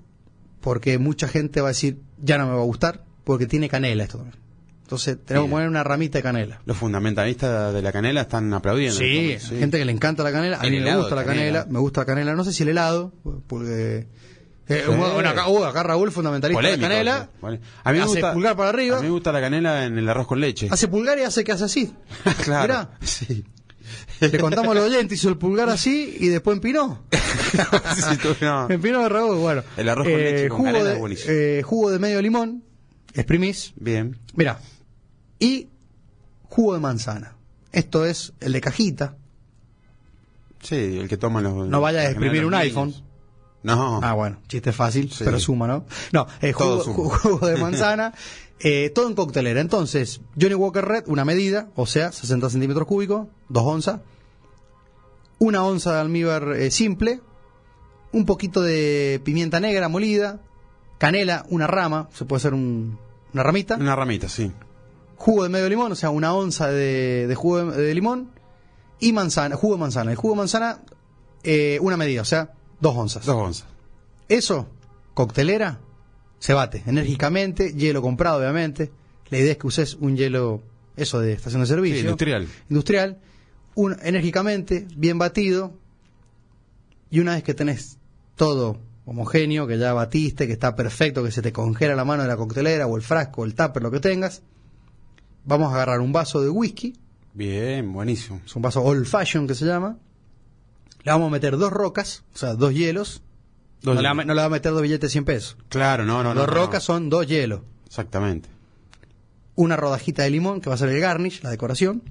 porque mucha gente va a decir, ya no me va a gustar, porque tiene canela esto también. Entonces tenemos Bien. que poner una ramita de canela. Los fundamentalistas de la canela están aplaudiendo. Sí, entonces, sí. gente que le encanta la canela. A El mí me helado gusta de la canela. canela. me gusta la canela. No sé si el helado, porque... eh, Sí. bueno, acá, uh, acá Raúl, fundamentalista de la Polémico, canela, sí. Vale. A mí me hace gusta, pulgar para arriba, A mí me gusta la canela en el arroz con leche. hace pulgar y hace que hace así. claro. Mirá, Sí. Le contamos los oyentes, hizo el pulgar así y después empinó. Sí, tú, no. Empinó de Raúl, bueno. Eh, El arroz con leche con jugo canela de, es buenísimo. eh, jugo de medio limón, exprimís, Bien. mira. Y jugo de manzana. Esto es el de cajita. Sí, el que toma los. No vaya a en general exprimir los un niños. iPhone. No. Ah, bueno, chiste fácil, Sí. pero suma, ¿no? No, eh, jugo, Todo suma. jugo de manzana, eh, todo en coctelera. Entonces, Johnny Walker Red, una medida, o sea, 60 centímetros cúbicos, 2 onzas, una onza de almíbar eh, simple, un poquito de pimienta negra molida, canela, una rama, se puede hacer un- una ramita, Una ramita, sí. jugo de medio limón, o sea, una onza de, de jugo de, de limón, y manzana, jugo de manzana. El jugo de manzana, eh, una medida, o sea, 2 onzas. Dos onzas. Eso, coctelera, se bate enérgicamente, hielo comprado obviamente. La idea es que uses un hielo, eso de estación de servicio. Sí, industrial. Industrial, un, enérgicamente, bien batido. Y una vez que tenés todo homogéneo, que ya batiste, que está perfecto, que se te congela la mano de la coctelera o el frasco, o el tupper, lo que tengas, vamos a agarrar un vaso de whisky, Bien, buenísimo. es un vaso old fashion que se llama. Le vamos a meter dos rocas, o sea, dos hielos. Dos no, le va, a me- hielos. no le va a meter dos billetes de 100 pesos. Claro, no, no. Dos no, no, rocas son dos hielos. no. Exactamente. Una rodajita de limón, que va a ser el garnish, la decoración.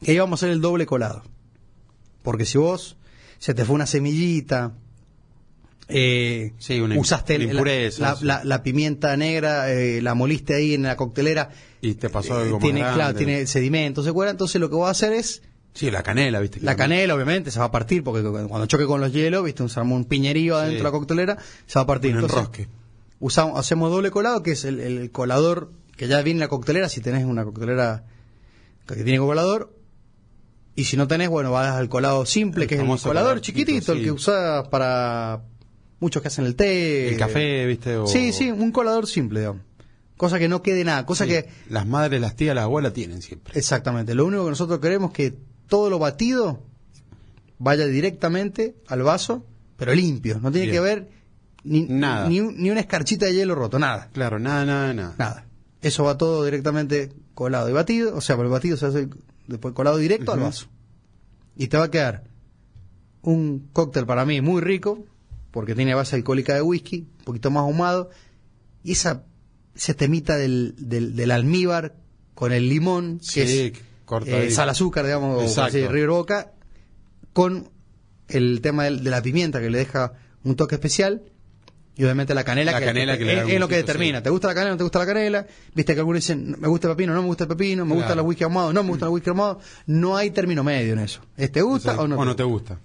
Y ahí vamos a hacer el doble colado. Porque si vos se te fue una semillita, eh, Sí, una im- usaste una la- impureza, la, eso. la- la pimienta negra, eh, la moliste ahí en la coctelera. Y te pasó eh, algo más tiene, grande. Claro, tiene sedimento, ¿se acuerdan? Entonces lo que voy a hacer es Sí, la canela, viste. que la también- canela, obviamente, se va a partir, porque cuando choque con los hielos, viste, un, se armó un piñerío adentro de Sí. la coctelera, se va a partir. Un Entonces, enrosque. usamos, hacemos doble colado, que es el, el colador que ya viene la coctelera, si tenés una coctelera que tiene colador. Y si no tenés, bueno, vas al colado simple, El que es el famoso colador colador chiquitito, chiquito, el sí. que usás para muchos que hacen el té. El café, ¿viste? O- eh, Sí, sí, un colador simple, digamos. Cosa que no quede nada, cosa Sí, que... Las madres, las tías, las abuelas tienen siempre. Exactamente, lo único que nosotros queremos es que todo lo batido vaya directamente al vaso, pero limpio, no tiene Bien. que ver ni, Nada. Ni, un- ni una escarchita de hielo roto, nada. Claro, nada, nada, nada. Nada. Eso va todo directamente colado y batido. O sea, por el batido se hace después colado directo al Ujú. vaso. Y te va a quedar un cóctel para mí muy rico, porque tiene base alcohólica de whisky, un poquito más ahumado. Y esa, ese temita del, del, del almíbar con el limón, que Sí, es que corta eh, ahí. sal azúcar, digamos, o Exacto. así, River Boca, con el tema del- de la pimienta que le deja un toque especial. Y obviamente la canela, La canela que le da es, el es lo que gustito, determina. sí. ¿Te gusta la canela? ¿No te gusta la canela? Viste que algunos dicen, me gusta el pepino, no me gusta el pepino, me gusta Claro. la whisky ahumado, no me gusta la whisky ahumado. No hay término medio en eso. ¿Es te gusta Exacto. o no? O no te gusta.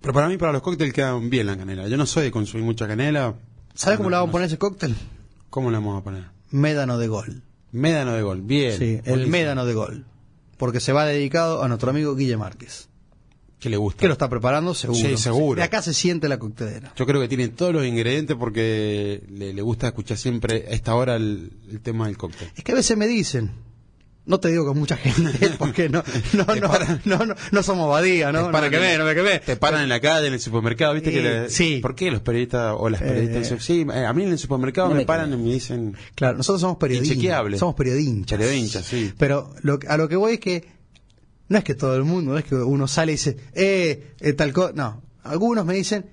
Pero para mí, para los cócteles quedan bien la canela. Yo no soy de consumir mucha canela. ¿Sabes cómo No, le vamos a no poner ese cóctel? sé. ¿Cómo la vamos a poner? Médano de gol. Médano de gol, bien. Sí, el Buenísimo. médano de gol. Porque se va dedicado a nuestro amigo Guille Márquez. Que le gusta. Que lo está preparando seguro. Sí, seguro. De acá se siente la coctelera. Yo creo que tiene todos los ingredientes porque le, le gusta escuchar siempre a esta hora el, el tema del cóctel. Es que a veces me dicen, no te digo con mucha gente, porque no, no, Te no, paran. no, no, no somos badía, ¿no? Te no me paran quemé, en- no me quemé. Te paran en la calle, en el supermercado, ¿viste? que Eh, le- sí. ¿Por qué los periodistas o las Eh. periodistas? sí, eh, a mí en el supermercado me, paran y me dicen. Claro, nosotros somos periodistas. Inchequeable. Somos periodinchas. Periodinchas, sí. Pero lo, que- a lo que voy es que no es que todo el mundo, no es que uno sale y dice, eh, eh, tal cosa. No, algunos me dicen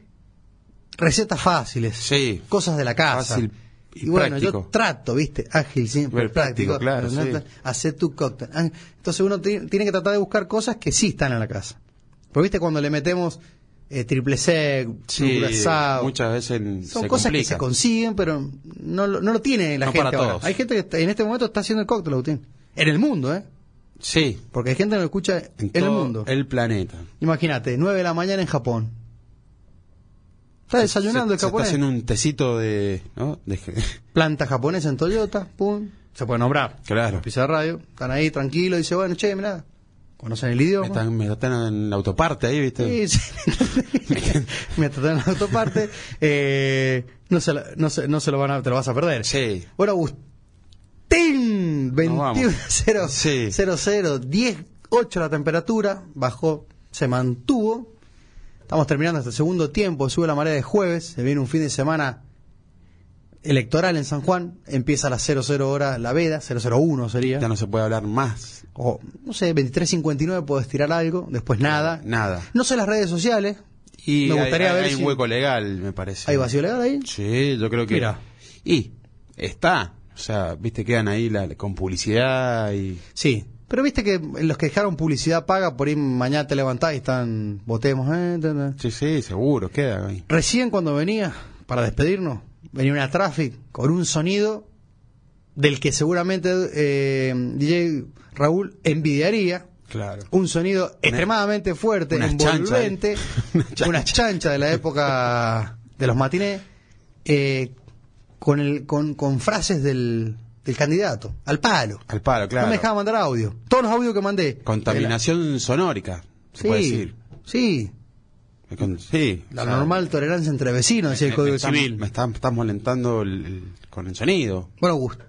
recetas fáciles, Sí. cosas de la casa. Fácil y y bueno, yo práctico. trato, viste, ágil siempre, Pero práctico, práctico, claro, pero no sí. tra- hacer tu cóctel. Ah, Entonces uno ti- tiene que tratar de buscar cosas que sí están en la casa. Porque viste cuando le metemos eh, triple sec, Sí, curazao, muchas veces son se cosas que complica. se consiguen, pero no, lo- no lo tiene la No gente. para ahora. todos. Hay gente que está- en este momento está haciendo el cóctel, Agustín. En el mundo, ¿eh? Sí. Porque hay gente que lo escucha en, el todo mundo. El planeta. Imagínate, 9 de la mañana en Japón. Está desayunando se, el se está japonés. haciendo un tecito de. ¿no? De- Planta japonesa en Toyota, pum. Se puede nombrar. Claro. Pisa de radio. Están ahí tranquilos. Dice, bueno, che, mirá. Conocen el idioma. están, me están en la autoparte ahí, ¿viste? Sí, sí. Me trataron en autoparte. Eh, no, se lo, no, se, no se lo van a, te lo vas a perder. Sí. Bueno, Agustín, vamos. 21.00, Sí. 18 la temperatura, bajó, se mantuvo. Estamos terminando hasta el segundo tiempo, sube la marea de jueves, se viene un fin de semana electoral en San Juan, empieza a las 00 hora la veda, 001 sería. Ya no se puede hablar más. O, no sé, 23.59 puedes tirar algo, después nada. Nada. No sé las redes sociales. Y me hay- gustaría hay, ver hay si- un hueco legal, me parece. ¿Hay vacío legal ahí? Sí, yo creo que. Mira. Y está. O sea, viste, quedan ahí la- con publicidad y. Sí. Pero viste que los que dejaron publicidad paga, por ahí mañana te levantás y están, votemos. eh, ta, ta. Sí, sí, seguro, queda ahí. Recién cuando venía, para despedirnos, venía una traffic con un sonido del que seguramente eh, DJ Raúl envidiaría. Claro. Un sonido extremadamente fuerte, unas envolvente, chanchas, ¿eh? Unas chanchas. unas chanchas de la época de los matinés, eh, con, el, con, con frases del, del candidato, al palo. Al palo, claro. No me dejaba mandar audio. Todos los audios que mandé. Eh, Contaminación sonórica, se Sí, puede decir. sí. Con- sí. La o sea, normal tolerancia entre vecinos, decía el me- Código me estás- Civil. Me estás, estás molestando el- el- con el sonido. Bueno, Agustín,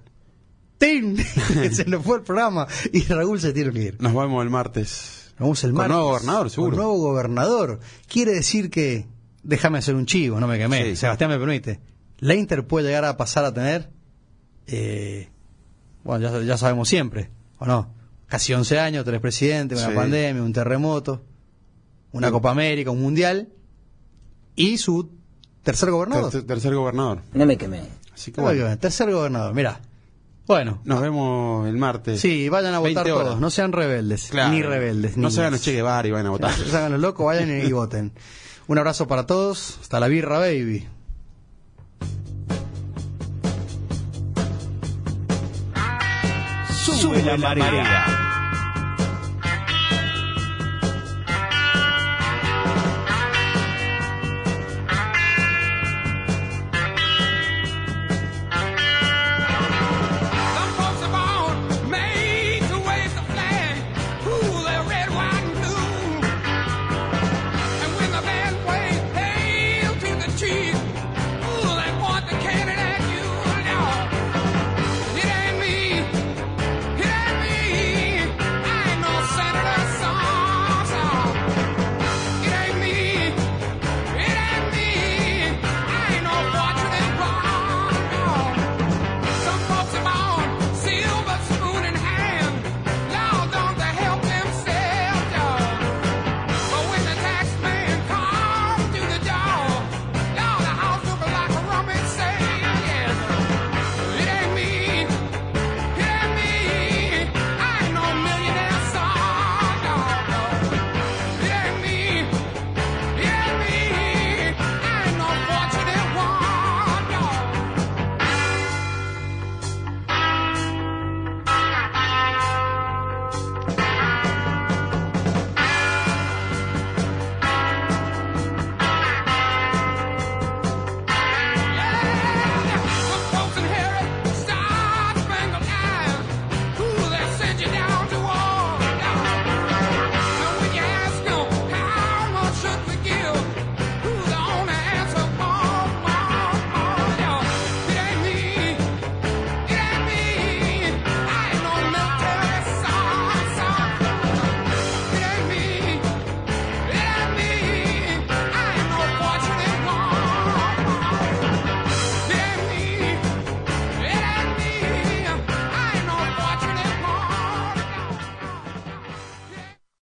se nos fue el programa y Raúl se tiene que ir. Nos vemos el martes. Nos vemos el Con martes. nuevo gobernador, seguro. Con nuevo gobernador. Quiere decir que, déjame hacer un chivo, no me quemé. Sí. Sebastián me permite. La Inter puede llegar a pasar a tener, eh, bueno, ya, ya sabemos siempre, ¿o no? Casi 11 años, tres presidentes, una Sí. pandemia, un terremoto, una Copa América, un Mundial y su tercer gobernador. Ter- tercer gobernador. No me quemé. Así que Tercer, bueno, tercer gobernador, mira. Bueno, nos vemos el martes. Sí, vayan a 20 votar horas. todos, no sean rebeldes, Claro. ni rebeldes. No niños. se hagan los Che Guevara y van a votar. No se hagan los locos, vayan y voten. Un abrazo para todos, hasta la birra, baby. Sube la marea.